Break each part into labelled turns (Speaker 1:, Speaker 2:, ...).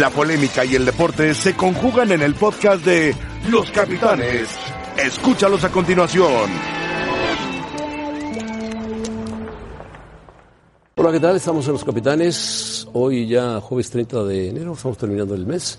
Speaker 1: La polémica y el deporte se conjugan en el podcast de Los Capitanes. Escúchalos a continuación.
Speaker 2: Hola, ¿qué tal? Estamos en Los Capitanes. Hoy ya jueves 30 de enero, estamos terminando el mes.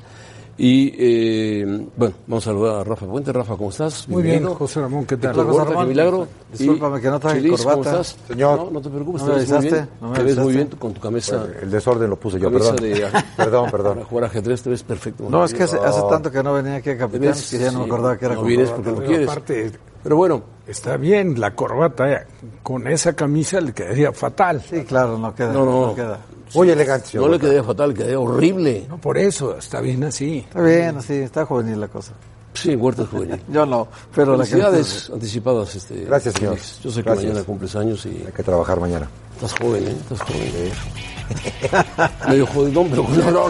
Speaker 2: Y eh, bueno, vamos a saludar a Rafa Puente. Rafa, ¿cómo estás?
Speaker 3: Muy bien,
Speaker 2: Bienvenido.
Speaker 3: José Ramón, ¿qué tal?
Speaker 2: Víctor
Speaker 3: José
Speaker 2: Huerta,
Speaker 3: Ramón,
Speaker 2: qué milagro.
Speaker 3: discúlpame
Speaker 2: Y
Speaker 3: que no traje
Speaker 2: Chelis, ¿cómo
Speaker 3: corbata.
Speaker 2: estás?
Speaker 3: Señor,
Speaker 2: no, no te preocupes,
Speaker 3: ¿no
Speaker 2: te
Speaker 3: me
Speaker 2: ves muy
Speaker 3: avisaste?
Speaker 2: bien.
Speaker 3: ¿No me
Speaker 2: te ves muy
Speaker 3: avisaste? Pues,
Speaker 2: bien tu- con tu camisa.
Speaker 4: El desorden lo puse yo,
Speaker 2: camisa
Speaker 4: perdón.
Speaker 2: de-
Speaker 4: Perdón, perdón.
Speaker 2: Para jugar ajedrez te ves perfecto.
Speaker 3: No, es que hace,
Speaker 2: No
Speaker 3: hace tanto que no venía aquí a Capitán,
Speaker 2: vienes-
Speaker 3: que ya no me
Speaker 2: sí,
Speaker 3: acordaba que era
Speaker 2: No
Speaker 3: con
Speaker 2: vienes
Speaker 3: corbata.
Speaker 2: porque no
Speaker 5: Pero
Speaker 2: quieres.
Speaker 5: aparte-
Speaker 2: Pero bueno,
Speaker 5: Está bien la corbata, eh, con esa camisa le quedaría fatal.
Speaker 3: Sí, claro, no queda.
Speaker 2: No,
Speaker 3: No,
Speaker 2: no.
Speaker 3: queda.
Speaker 4: Muy elegante, señor.
Speaker 2: no le quedé fatal, quedé horrible.
Speaker 5: No por eso, está bien así.
Speaker 3: Está bien, así, está juvenil la cosa.
Speaker 2: Sí, Huerta es juvenil.
Speaker 3: Yo no, pero la
Speaker 2: Felicidades anticipadas. Este,
Speaker 4: Gracias, señor.
Speaker 2: Félix. Yo sé que
Speaker 4: Gracias.
Speaker 2: mañana cumples años y
Speaker 4: Hay que trabajar mañana.
Speaker 2: estás joven, ¿eh? Estás joven. ¿eh? Medio jodidón, pero no, no, no, no.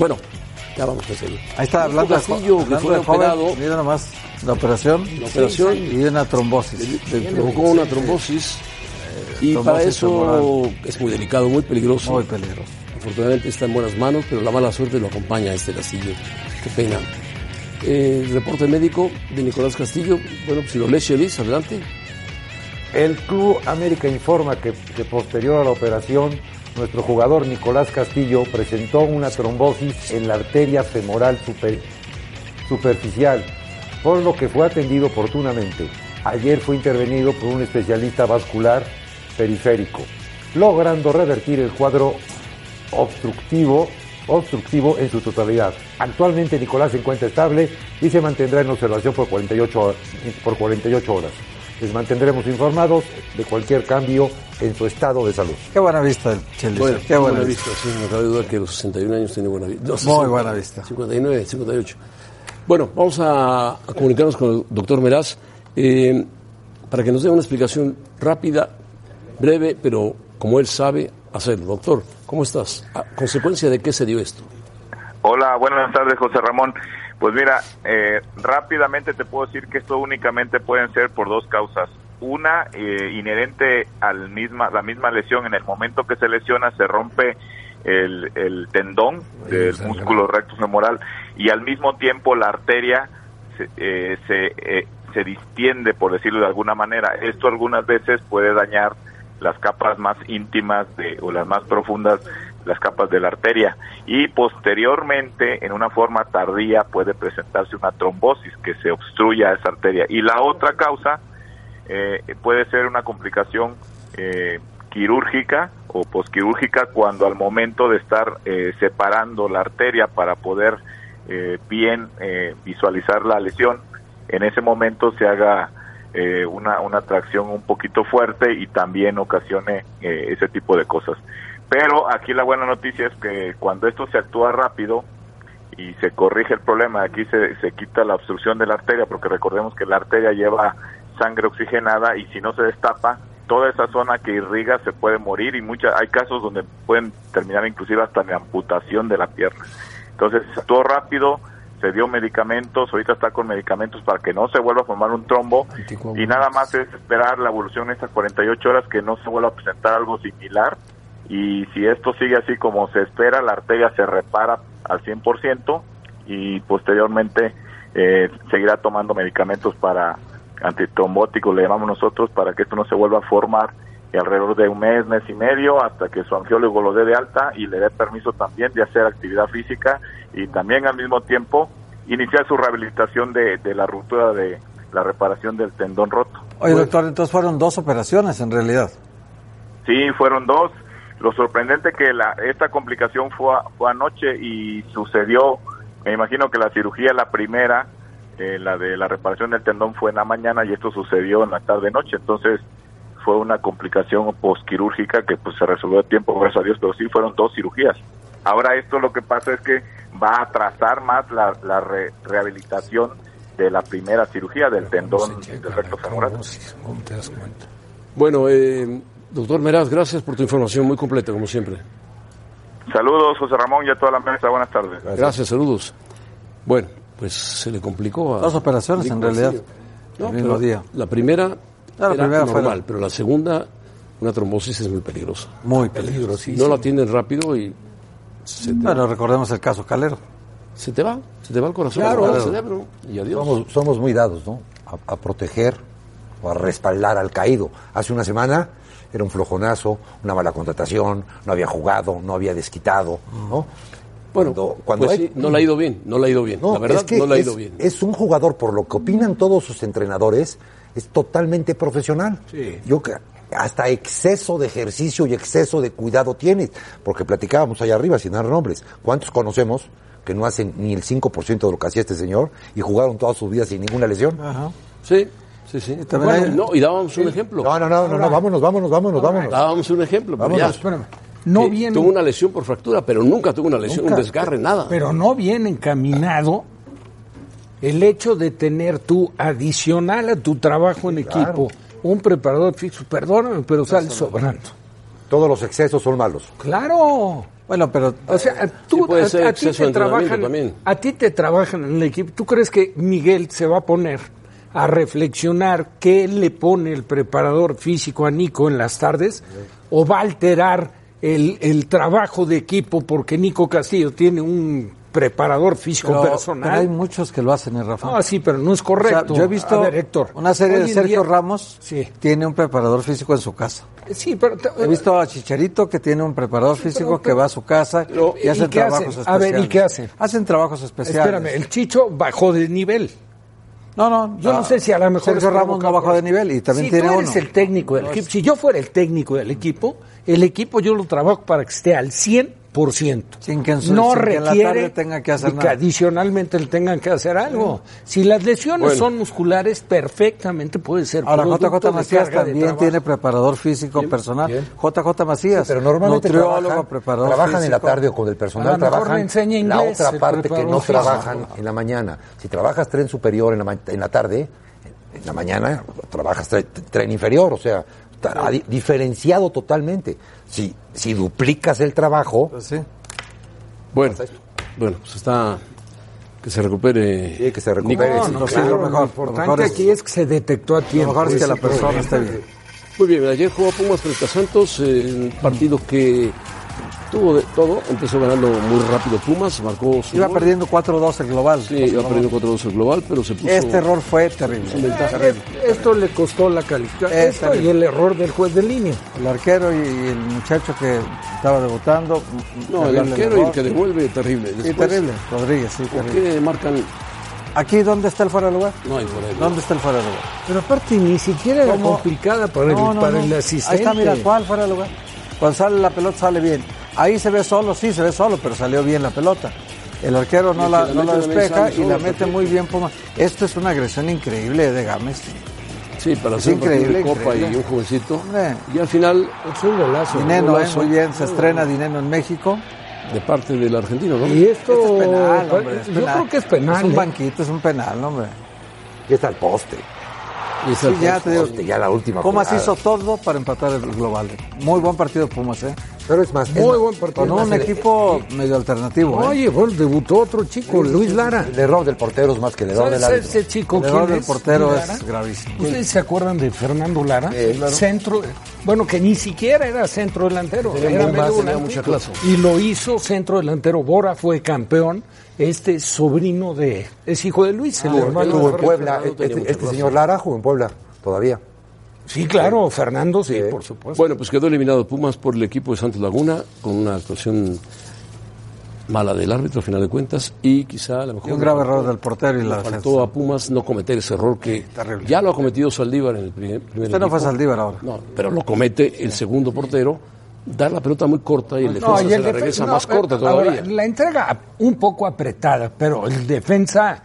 Speaker 2: Bueno, ya vamos a seguir.
Speaker 3: Ahí está hablando, de jo-
Speaker 2: Castillo, que
Speaker 3: hablando
Speaker 2: fue
Speaker 3: de joven,
Speaker 2: operado.
Speaker 3: Mira nomás la operación,
Speaker 2: La operación.
Speaker 3: y una trombosis.
Speaker 2: Le provocó una trombosis y
Speaker 3: Eh, trombosis
Speaker 2: para eso es muy delicado, muy peligroso.
Speaker 3: Muy peligroso.
Speaker 2: Afortunadamente está en buenas manos, pero la mala suerte lo acompaña a este Castillo. Qué pena. Eh, reporte médico de Nicolás Castillo. Bueno, pues si lo lees, Chelis, adelante.
Speaker 4: El Club América informa que, que posterior a la operación, nuestro jugador Nicolás Castillo presentó una trombosis en la arteria femoral super- superficial, por lo que fue atendido oportunamente. Ayer fue intervenido por un especialista vascular periférico, logrando revertir el cuadro obstructivo, obstructivo en su totalidad. Actualmente Nicolás se encuentra estable y se mantendrá en observación por 48, hor- por 48 horas. Les mantendremos informados de cualquier cambio en su estado de salud.
Speaker 3: Qué buena vista el Chelis,
Speaker 2: Bueno,
Speaker 3: qué buena vista.
Speaker 2: vista. Sí, no cabe duda que los 61 años tiene buena vista. No,
Speaker 3: buena vista.
Speaker 2: 59, 58. Bueno, vamos a, a comunicarnos con el doctor Meraz eh, para que nos dé una explicación rápida, breve, pero como él sabe hacerlo. Doctor, ¿cómo estás? ¿A consecuencia de qué se dio esto?
Speaker 6: Hola, buenas tardes, José Ramón. Pues mira, eh, rápidamente te puedo decir que esto únicamente pueden ser por dos causas. Una, eh, inherente al misma, la misma lesión. En el momento que se lesiona, se rompe el, el tendón del músculo recto femoral y al mismo tiempo la arteria se, eh, se, eh, se distiende, por decirlo de alguna manera. Esto algunas veces puede dañar las capas más íntimas de, o las más profundas, las capas de la arteria. Y posteriormente, en una forma tardía, puede presentarse una trombosis que se obstruya esa arteria. Y la otra causa eh, puede ser una complicación eh, quirúrgica o posquirúrgica cuando al momento de estar eh, separando la arteria para poder eh, bien eh, visualizar la lesión, en ese momento se haga eh, una, una tracción un poquito fuerte y también ocasione eh, ese tipo de cosas. Pero aquí la buena noticia es que cuando esto se actúa rápido, y se corrige el problema. Aquí se, se quita la obstrucción de la arteria, porque recordemos que la arteria lleva sangre oxigenada y si no se destapa, toda esa zona que irriga se puede morir y muchas hay casos donde pueden terminar inclusive hasta en amputación de la pierna. Entonces, todo rápido, se dio medicamentos, ahorita está con medicamentos para que no se vuelva a formar un trombo y nada más es esperar la evolución en estas 48 horas que no se vuelva a presentar algo similar y si esto sigue así como se espera, la arteria se repara al 100% y posteriormente eh, seguirá tomando medicamentos para antitrombóticos, le llamamos nosotros, para que esto no se vuelva a formar y alrededor de un mes, mes y medio, hasta que su angiólogo lo dé de alta y le dé permiso también de hacer actividad física y también al mismo tiempo iniciar su rehabilitación de, de la ruptura de la reparación del tendón roto.
Speaker 3: Oye, doctor, entonces fueron dos operaciones en realidad.
Speaker 6: Sí, fueron dos. Lo sorprendente que la, esta complicación fue, a- fue anoche y sucedió, me imagino que la cirugía, la primera, eh, la de la reparación del tendón fue en la mañana y esto sucedió en la tarde-noche. Entonces fue una complicación posquirúrgica que pues se resolvió a tiempo, gracias a Dios, pero sí fueron dos cirugías. Ahora esto lo que pasa es que va a atrasar más la, la re- rehabilitación de la primera cirugía del tendón del recto femoral.
Speaker 5: ¿Cómo te das cuenta?
Speaker 2: Bueno, eh, doctor Meraz, gracias por tu información muy completa, como siempre.
Speaker 6: Saludos, José Ramón, y a toda la mesa. Buenas tardes.
Speaker 2: Gracias, saludos. Bueno, pues se le complicó a...
Speaker 3: Dos operaciones en
Speaker 2: Nicolás
Speaker 3: realidad.
Speaker 2: No, pero
Speaker 3: el mismo día. Ah,
Speaker 2: La primera
Speaker 3: la
Speaker 2: era
Speaker 3: primera fue la-
Speaker 2: normal, pero la segunda, una trombosis es muy peligrosa.
Speaker 3: Muy peligroso.
Speaker 2: no la atienden rápido y se te,
Speaker 3: Bueno, recordemos el caso Calero.
Speaker 2: se te va, se te va el corazón,
Speaker 3: Claro.
Speaker 2: se te va el cerebro y adiós.
Speaker 7: Somos, somos muy dados, ¿no? A, a proteger o a respaldar al caído. Hace una semana era un flojonazo, una mala contratación, no había jugado, no había desquitado, ¿no?
Speaker 2: Bueno, pues
Speaker 7: hay-
Speaker 2: sí, no le ha ido bien, no le ha ido bien.
Speaker 7: No,
Speaker 2: la verdad,
Speaker 7: es que
Speaker 2: no le ha
Speaker 7: es-
Speaker 2: ido bien.
Speaker 7: Es un jugador, por lo que opinan todos sus entrenadores, es totalmente profesional. Yo que hasta exceso de ejercicio y exceso de cuidado tienes, porque platicábamos allá arriba sin dar nombres. ¿Cuántos conocemos que no hacen ni el 5% de lo que hacía este señor y jugaron toda su vida sin ninguna lesión?
Speaker 3: Ajá.
Speaker 2: Sí, sí, sí.
Speaker 3: también
Speaker 2: Bueno,
Speaker 3: hay-
Speaker 2: no, y dábamos un ejemplo.
Speaker 7: No, no, no, no, no, vámonos, vámonos, vámonos, vámonos.
Speaker 2: Dábamos un ejemplo. pero
Speaker 7: Vámonos,
Speaker 2: ya.
Speaker 5: Espérame. No
Speaker 2: Sí,
Speaker 5: viene,
Speaker 2: Tuvo una lesión por fractura, pero nunca tuvo una lesión, un desgarre, nada.
Speaker 5: pero no viene encaminado el hecho de tener tú adicional a tu trabajo en equipo un preparador fixo. Perdóname, pero sale sobrando.
Speaker 7: Todos los excesos son malos.
Speaker 5: Claro.
Speaker 3: Bueno, pero eh,
Speaker 5: O sea, tú,
Speaker 2: Sí puede
Speaker 5: a-
Speaker 2: ser
Speaker 5: a, ti
Speaker 2: exceso
Speaker 5: te
Speaker 2: de entrenamiento
Speaker 5: trabajan,
Speaker 2: también.
Speaker 5: a ti te trabajan en el equipo. ¿Tú crees que Miguel se va a poner a reflexionar qué le pone el preparador físico a Nico en las tardes? ¿O va a alterar el, el trabajo de equipo porque Nico Castillo tiene un preparador físico
Speaker 3: pero-
Speaker 5: personal?
Speaker 3: pero hay muchos que lo hacen, ¿eh, Rafa.
Speaker 5: Ah, sí, pero no es
Speaker 3: O sea,
Speaker 5: correcto.
Speaker 3: yo he visto
Speaker 5: A ver, Héctor,
Speaker 3: una serie
Speaker 5: hoy
Speaker 3: de
Speaker 5: en
Speaker 3: Sergio
Speaker 5: día-
Speaker 3: Ramos.
Speaker 5: Sí.
Speaker 3: Tiene un preparador físico en su casa.
Speaker 5: Sí, pero... te-
Speaker 3: He visto a Chicharito que tiene un preparador físico que va a su casa
Speaker 5: Pero,
Speaker 3: y
Speaker 5: ¿y
Speaker 3: hacen
Speaker 5: qué
Speaker 3: trabajos
Speaker 5: hacen?
Speaker 3: especiales.
Speaker 5: A ver, ¿y qué hacen?
Speaker 3: Hacen trabajos especiales.
Speaker 5: Espérame, el Chicho bajó de nivel.
Speaker 3: No, no,
Speaker 5: Yo no sé si a lo mejor
Speaker 3: Sergio
Speaker 5: es
Speaker 3: Ah. Ramos no
Speaker 5: provocador.
Speaker 3: bajó de nivel y también
Speaker 5: si
Speaker 3: tiene
Speaker 5: tú
Speaker 3: uno.
Speaker 5: eres el técnico del equipo, si yo fuera el técnico del equipo, el equipo yo lo trabajo para que esté al 100%.
Speaker 3: Sin que en su-
Speaker 5: no
Speaker 3: sin que en la
Speaker 5: requiere
Speaker 3: tarde tenga que hacer
Speaker 5: de
Speaker 3: nada.
Speaker 5: adicionalmente le tengan que hacer algo. Si las lesiones
Speaker 2: Bueno.
Speaker 5: son musculares, perfectamente puede ser
Speaker 3: Ahora,
Speaker 5: producto
Speaker 3: JJ
Speaker 5: de
Speaker 3: Macías
Speaker 5: carga de
Speaker 3: también
Speaker 5: trabajo.
Speaker 3: tiene preparador físico personal. JJ Macías,
Speaker 7: Pero normalmente
Speaker 3: nutriólogo,
Speaker 7: trabajan,
Speaker 3: preparador
Speaker 7: trabajan en la
Speaker 3: físico.
Speaker 7: tarde o con el
Speaker 5: A
Speaker 7: personal,
Speaker 5: lo mejor
Speaker 7: trabajan
Speaker 5: le enseña
Speaker 7: la
Speaker 5: inglés
Speaker 7: otra
Speaker 5: el
Speaker 7: parte que no
Speaker 5: preparador físico.
Speaker 7: trabajan en la mañana. Si trabajas tren superior en la, ma- en la tarde, en la mañana trabajas tre- tren inferior, o sea, estará di- diferenciado totalmente. Si, si duplicas el trabajo,
Speaker 3: Pues sí.
Speaker 2: Bueno, bueno, pues está. Que se recupere.
Speaker 7: Sí, que se recupere,
Speaker 2: Nico.
Speaker 7: sí.
Speaker 5: No, no,
Speaker 3: Sí,
Speaker 5: claro,
Speaker 3: lo mejor,
Speaker 5: lo
Speaker 3: lo
Speaker 5: importante
Speaker 3: mejor es-
Speaker 5: aquí es que se detectó a
Speaker 3: Lo
Speaker 5: tiempo.
Speaker 3: mejor es que
Speaker 5: ese
Speaker 3: la persona
Speaker 5: problema.
Speaker 3: esté bien.
Speaker 2: Muy bien, ayer jugó Pumas frente a Santos, eh, un partido que tuvo de todo. Empezó ganando muy rápido Pumas, marcó su.
Speaker 3: Iba
Speaker 2: gol.
Speaker 3: perdiendo 4-2 el global.
Speaker 2: Sí, iba perdiendo 4-2 el global, pero se puso.
Speaker 3: Este error fue terrible. Terrible.
Speaker 5: Esto le costó la calificación.
Speaker 3: Eh,
Speaker 5: Esto y el error del juez de línea.
Speaker 3: El arquero y el muchacho que estaba debutando.
Speaker 2: No, el
Speaker 3: terrible
Speaker 2: arquero y el
Speaker 3: error.
Speaker 2: que devuelve, terrible.
Speaker 3: Sí,
Speaker 2: Después,
Speaker 3: terrible. Rodríguez, sí,
Speaker 2: ¿Por
Speaker 3: terrible.
Speaker 2: qué marcan.?
Speaker 3: Aquí, ¿dónde está el fuera de lugar?
Speaker 2: No hay por ahí.
Speaker 3: ¿Dónde está el fuera de lugar?
Speaker 5: Pero aparte ni siquiera era
Speaker 3: ¿Cómo?
Speaker 5: complicada para,
Speaker 3: No,
Speaker 5: el,
Speaker 3: no,
Speaker 5: para
Speaker 3: no.
Speaker 5: el asistente.
Speaker 3: Ahí está, mira, cuál fuera de lugar. Cuando sale la pelota sale bien. Ahí se ve solo, sí, se ve solo, pero salió bien la pelota. El arquero no
Speaker 2: Y
Speaker 3: la,
Speaker 2: que la
Speaker 3: no la
Speaker 2: mete también
Speaker 3: despeja
Speaker 2: sale
Speaker 3: y
Speaker 2: solo,
Speaker 3: la mete
Speaker 2: perfecto.
Speaker 3: muy bien Puma. Esto es una agresión increíble de Gámez.
Speaker 2: Sí, para
Speaker 3: Es
Speaker 2: hacer un partido de
Speaker 3: increíble,
Speaker 2: copa y
Speaker 3: increíble.
Speaker 2: un jovencito.
Speaker 3: Hombre.
Speaker 2: Y al final,
Speaker 5: Es un golazo. un
Speaker 3: Dineno, eh,
Speaker 5: golazo.
Speaker 3: muy bien, se estrena Dineno en México.
Speaker 2: de parte del argentino, ¿no?
Speaker 5: Y esto,
Speaker 3: Esto es penal, hombre, es
Speaker 5: yo
Speaker 3: penal.
Speaker 5: creo que es penal.
Speaker 3: Es un
Speaker 5: ¿eh?
Speaker 3: banquito, es un penal, hombre.
Speaker 7: ya está el poste.
Speaker 2: Y es
Speaker 3: Sí,
Speaker 2: el-
Speaker 3: ya te digo,
Speaker 7: Poste, ya la última
Speaker 3: Pumas
Speaker 7: jugada.
Speaker 3: hizo todo para empatar el global. Muy buen partido de Pumas, ¿eh?
Speaker 7: Pero es más, es
Speaker 5: Muy
Speaker 7: más,
Speaker 5: buen partido.
Speaker 3: Con
Speaker 7: es más,
Speaker 3: un
Speaker 7: el-
Speaker 3: equipo medio alternativo. ¿eh?
Speaker 5: Oye, bueno, debutó otro chico, Luis Lara.
Speaker 7: El error del portero es más que el error del
Speaker 5: ¿Sabes
Speaker 7: árbitro.
Speaker 5: ese chico
Speaker 3: El
Speaker 5: quién
Speaker 3: error del
Speaker 5: es?
Speaker 3: portero
Speaker 5: Lara.
Speaker 3: es gravísimo.
Speaker 5: ¿Ustedes se acuerdan de Fernando Lara?
Speaker 7: Sí, claro.
Speaker 5: Centro, bueno, que ni siquiera era centro delantero, era
Speaker 2: muy
Speaker 5: medio
Speaker 2: más, tenía
Speaker 5: volante.
Speaker 2: mucha clase.
Speaker 5: Y lo hizo centro delantero. Bora fue campeón. Este sobrino de. Es hijo de Luis,
Speaker 2: Ah,
Speaker 5: el hermano. de
Speaker 7: Estuvo en
Speaker 5: Fernando.
Speaker 7: Puebla,
Speaker 2: Fernando tenía
Speaker 7: este,
Speaker 2: mucha
Speaker 7: este
Speaker 2: clase.
Speaker 7: señor Lara jugó en Puebla todavía.
Speaker 5: Sí, claro, Fernando, sí,
Speaker 7: Sí.
Speaker 5: por supuesto.
Speaker 2: Bueno, pues quedó eliminado Pumas por el equipo de Santos Laguna con una actuación mala del árbitro, a final de cuentas, y quizá a lo mejor.
Speaker 3: Y un grave error del portero y
Speaker 2: le
Speaker 3: la
Speaker 2: faltó a Pumas no cometer ese error que ya lo ha cometido Saldívar en el primer, primer
Speaker 3: Usted no
Speaker 2: equipo.
Speaker 3: fue Saldívar ahora.
Speaker 2: No, pero lo comete el segundo portero, dar la pelota muy corta y el defensa se la
Speaker 5: defen-
Speaker 2: regresa
Speaker 5: no,
Speaker 2: más
Speaker 5: pero-
Speaker 2: corta
Speaker 5: ahora,
Speaker 2: todavía.
Speaker 5: la entrega un poco apretada, pero el defensa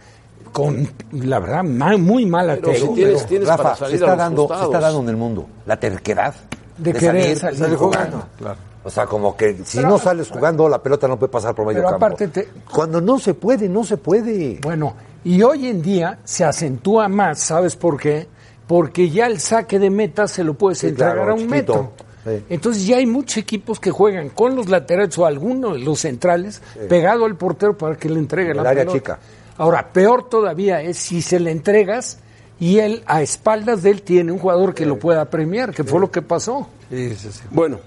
Speaker 5: con, la verdad, ma- muy mala
Speaker 2: Pero
Speaker 5: técnica.
Speaker 2: si tienes, tienes
Speaker 7: Este, Rafa,
Speaker 2: para
Speaker 7: se
Speaker 2: salir a
Speaker 7: está
Speaker 2: los
Speaker 7: dando, se
Speaker 2: costados.
Speaker 7: está dando en el mundo la terquedad
Speaker 5: De querer salir jugando.
Speaker 3: Claro.
Speaker 7: O sea, como que si no sales jugando, la pelota no puede pasar por medio
Speaker 5: Pero
Speaker 7: campo.
Speaker 5: aparte te-
Speaker 7: Cuando no se puede, no se puede.
Speaker 5: Bueno, y hoy en día se acentúa más, ¿sabes por qué? Porque ya el saque de meta se lo puedes
Speaker 7: Sí,
Speaker 5: entregar
Speaker 7: claro,
Speaker 5: a un
Speaker 7: chiquito.
Speaker 5: metro.
Speaker 7: Sí.
Speaker 5: Entonces ya hay muchos equipos que juegan con los laterales o alguno de los centrales pegado al portero para que le entregue
Speaker 7: En
Speaker 5: la
Speaker 7: el área
Speaker 5: pelota.
Speaker 7: chica.
Speaker 5: Ahora, peor todavía es si se le entregas y él a espaldas de él tiene un jugador que lo pueda premiar, que fue lo que pasó.
Speaker 3: Sí, sí, sí.
Speaker 2: Bueno,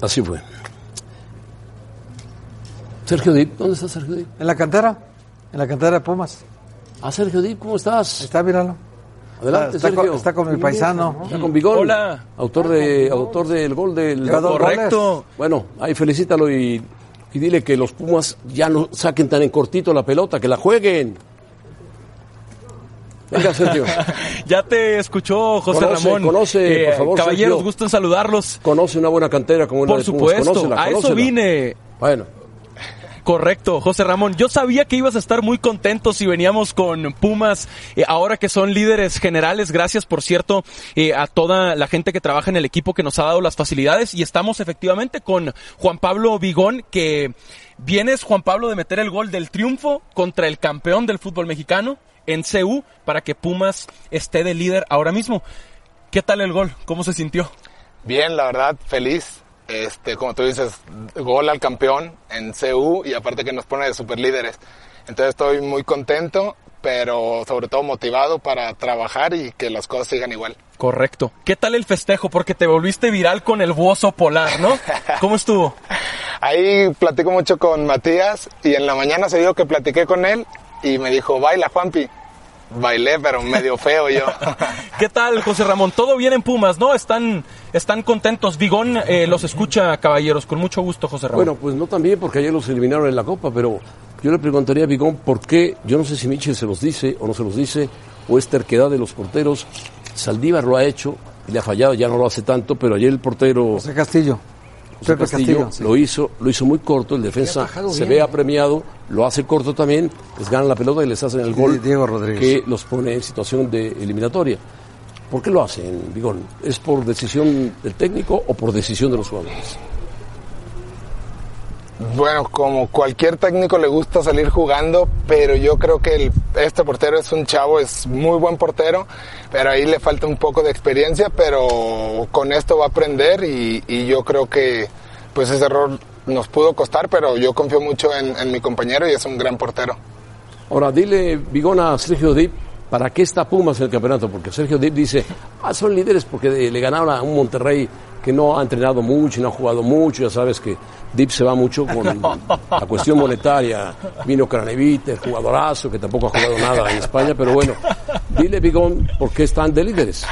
Speaker 2: así fue. Sergio Dip, ¿dónde está Sergio Dip?
Speaker 3: En la cantera, en la cantera de Pumas.
Speaker 2: Ah, Sergio Dip, ¿cómo estás?
Speaker 3: Está, míralo.
Speaker 2: Adelante,
Speaker 3: Ah, está, está
Speaker 2: Sergio.
Speaker 3: con, está con el paisano.
Speaker 2: Está con Bigol.
Speaker 8: Hola.
Speaker 2: Autor, de, autor del gol del...
Speaker 3: Lleva dos
Speaker 8: Correcto.
Speaker 2: Bueno, ahí felicítalo y, y dile que los Pumas ya no saquen tan en cortito la pelota, que la jueguen. Venga, Sergio.
Speaker 8: Ya te escuchó José
Speaker 2: Conoce,
Speaker 8: Ramón. Eh,
Speaker 2: conoce, por favor,
Speaker 8: Caballeros,
Speaker 2: Sergio.
Speaker 8: gusto en saludarlos.
Speaker 2: Conoce una buena cantera como la
Speaker 8: Por
Speaker 2: de Pumas.
Speaker 8: supuesto,
Speaker 2: Conócela,
Speaker 8: a eso
Speaker 2: conócela.
Speaker 8: vine.
Speaker 2: Bueno,
Speaker 8: Correcto, José Ramón. Yo sabía que ibas a estar muy contento si veníamos con Pumas, eh, ahora que son líderes generales. Gracias, por cierto, eh, a toda la gente que trabaja en el equipo que nos ha dado las facilidades. Y estamos efectivamente con Juan Pablo Vigón, que vienes, Juan Pablo, de meter el gol del triunfo contra el campeón del fútbol mexicano en CU para que Pumas esté de líder ahora mismo. ¿Qué tal el gol? ¿Cómo se sintió?
Speaker 9: Bien, la verdad, feliz. Este, como tú dices, gol al campeón en CU y aparte que nos pone de superlíderes. Entonces estoy muy contento, pero sobre todo motivado para trabajar y que las cosas sigan igual.
Speaker 8: Correcto. ¿Qué tal el festejo? Porque te volviste viral con el buozo polar, ¿no? ¿Cómo estuvo?
Speaker 9: Ahí platico mucho con Matías y en la mañana se dio que platiqué con él y me dijo, baila Juanpi. Bailé, pero medio feo yo.
Speaker 8: ¿Qué tal, José Ramón? Todo bien en Pumas, ¿no? Están, están contentos. Vigón eh, los escucha, caballeros. Con mucho gusto, José Ramón.
Speaker 2: bueno, pues no tan bien porque ayer los eliminaron en la Copa, pero yo le preguntaría a Bigón por qué, yo no sé si Michel se los dice o no se los dice, o es terquedad de los porteros. Saldívar lo ha hecho, y le ha fallado, ya no lo hace tanto, pero ayer el portero...
Speaker 3: José Castillo.
Speaker 2: José
Speaker 3: Pepe
Speaker 2: Castillo,
Speaker 3: Castillo, sí.
Speaker 2: lo hizo, lo hizo muy corto, el defensa se ve apremiado, lo hace corto también, les ganan la pelota y les hacen el gol
Speaker 3: Diego Rodríguez.
Speaker 2: que los pone en situación de eliminatoria. ¿Por qué lo hacen, Bigón? ¿Es por decisión del técnico o por decisión de los jugadores?
Speaker 9: Bueno, como cualquier técnico le gusta salir jugando, pero yo creo que el- este portero es un chavo, es muy buen portero, pero ahí le falta un poco de experiencia, pero con esto va a aprender y, y yo creo que pues ese error nos pudo costar, pero yo confío mucho en, en mi compañero y es un gran portero.
Speaker 2: Ahora, dile, Bigón, a Sergio Dip, ¿para qué está Pumas en el campeonato? Porque Sergio Dip dice, ah, son líderes porque de- le ganaron a un Monterrey que no ha entrenado mucho y no ha jugado mucho. Ya sabes que Dip se va mucho con la cuestión monetaria. Vino Craneviter, jugadorazo, que tampoco ha jugado nada en España, pero bueno. Dile, Bigón, ¿por qué están de líderes?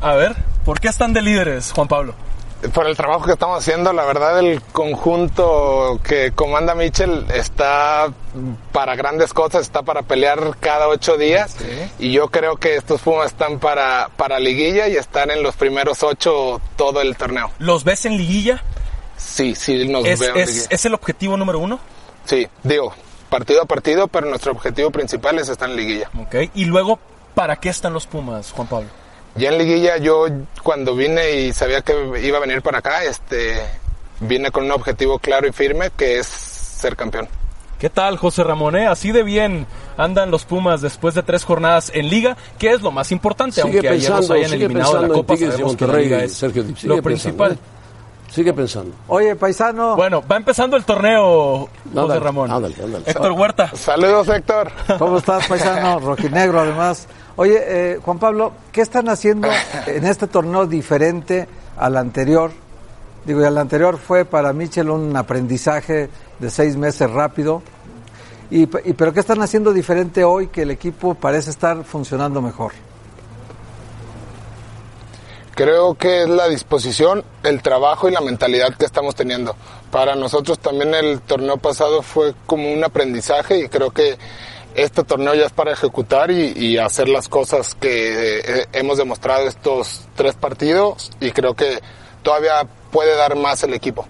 Speaker 8: A ver, ¿por qué están de líderes, Juan Pablo?
Speaker 9: por el trabajo que estamos haciendo, la verdad el conjunto que comanda Mitchell está para grandes cosas, está para pelear cada ocho días
Speaker 2: ¿Eh?
Speaker 9: y yo creo que estos Pumas están para, para liguilla y están en los primeros ocho todo el torneo.
Speaker 8: ¿Los ves en liguilla?
Speaker 9: Sí, sí, nos
Speaker 8: ¿Es,
Speaker 9: veo en
Speaker 8: es,
Speaker 9: liguilla.
Speaker 8: es el objetivo número uno?
Speaker 9: Sí, digo, partido a partido, pero nuestro objetivo principal es estar en liguilla.
Speaker 8: Ok. Y luego, ¿para qué están los Pumas, Juan Pablo?
Speaker 9: Ya en liguilla yo cuando vine y sabía que iba a venir para acá, este, vine con un objetivo claro y firme que es ser campeón.
Speaker 8: ¿Qué tal, José Ramón? eh? Así de bien andan los Pumas después de tres jornadas en Liga, que es lo más importante,
Speaker 2: Sigue
Speaker 8: aunque ayer nos
Speaker 2: pensando,
Speaker 8: hayan
Speaker 2: sigue
Speaker 8: eliminado de la
Speaker 2: pensando en
Speaker 8: Copa,
Speaker 2: Tigres y
Speaker 8: sabemos que la
Speaker 2: Monterrey,
Speaker 8: Liga es
Speaker 2: Sergio Dip. Sigue
Speaker 8: lo
Speaker 2: pensando,
Speaker 8: principal.
Speaker 2: ¿eh? Sigue pensando.
Speaker 3: Oye, paisano,
Speaker 8: Bueno, va empezando el torneo, José
Speaker 2: Ándale,
Speaker 8: Ramón.
Speaker 2: ándale, ándale.
Speaker 8: Héctor Huerta.
Speaker 9: Saludos Héctor.
Speaker 3: ¿cómo estás, paisano? Rojinegro, además. Oye, eh, Juan Pablo, ¿qué están haciendo en este torneo diferente al anterior? Digo, y al anterior fue para Michel un aprendizaje de seis meses rápido. Y, pe- y- ¿Pero qué están haciendo diferente hoy que el equipo parece estar funcionando mejor?
Speaker 9: Creo que es la disposición, el trabajo y la mentalidad que estamos teniendo. Para nosotros también el torneo pasado fue como un aprendizaje y creo que este torneo ya es para ejecutar y, y hacer las cosas que eh, hemos demostrado estos tres partidos y creo que todavía puede dar más el equipo.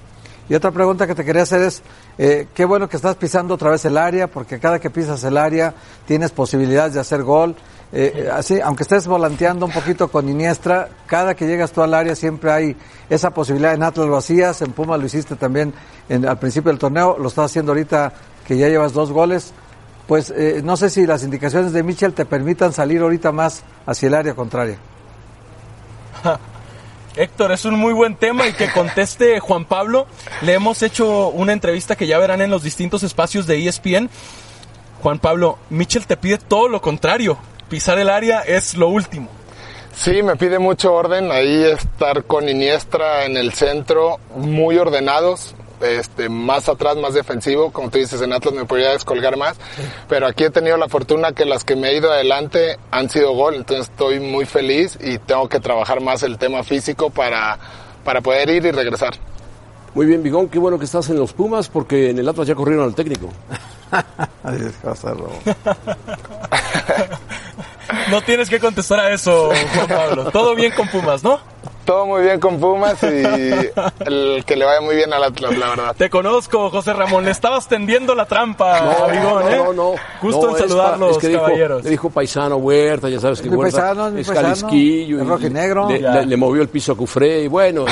Speaker 3: Y otra pregunta que te quería hacer es, eh, qué bueno que estás pisando otra vez el área, porque cada que pisas el área tienes posibilidades de hacer gol. Eh, eh, así, aunque estés volanteando un poquito con Iniestra, cada que llegas tú al área siempre hay esa posibilidad. En Atlas lo hacías, en Puma lo hiciste también en- al principio del torneo, lo estás haciendo ahorita que ya llevas dos goles. Pues eh, no sé si las indicaciones de Michel te permitan salir ahorita más hacia el área contraria.
Speaker 2: ¿eh?
Speaker 8: Héctor, es un muy buen tema y que conteste Juan Pablo. Le hemos hecho una entrevista que ya verán en los distintos espacios de E ESPN. Juan Pablo, Mitchell te pide todo lo contrario. Pisar el área es lo último.
Speaker 9: Sí, me pide mucho orden. Ahí estar con Iniestra en el centro, muy ordenados. este, más atrás, más defensivo. Como tú dices, en Atlas me podría descolgar más. Pero aquí he tenido la fortuna que las que me he ido adelante han sido gol. Entonces estoy muy feliz y tengo que trabajar más el tema físico para, para poder ir y regresar.
Speaker 2: Muy bien, Bigón, qué bueno que estás en los Pumas porque en el Atlas ya corrieron al técnico.
Speaker 8: No tienes que contestar a eso, Juan Pablo. Todo bien con Pumas, ¿no?
Speaker 9: Todo muy bien con Pumas y el que le vaya muy bien al Atlas, la verdad.
Speaker 8: Te conozco, José Ramón. Le estabas tendiendo la trampa,
Speaker 2: No,
Speaker 8: Bigón,
Speaker 2: no,
Speaker 8: ¿eh?
Speaker 2: no, no.
Speaker 8: Gusto
Speaker 2: No,
Speaker 8: en
Speaker 2: es pa-
Speaker 8: saludarlos,
Speaker 2: es que dijo-
Speaker 8: caballeros.
Speaker 2: Le dijo paisano Huerta, ya sabes que
Speaker 3: Mi
Speaker 2: Huerta
Speaker 3: paisano, mi
Speaker 2: es
Speaker 3: paisano,
Speaker 2: calisquillo.
Speaker 3: es
Speaker 2: y-
Speaker 3: rojinegro.
Speaker 2: Le,
Speaker 8: Ya.
Speaker 2: le- le movió el piso a Cufré y bueno.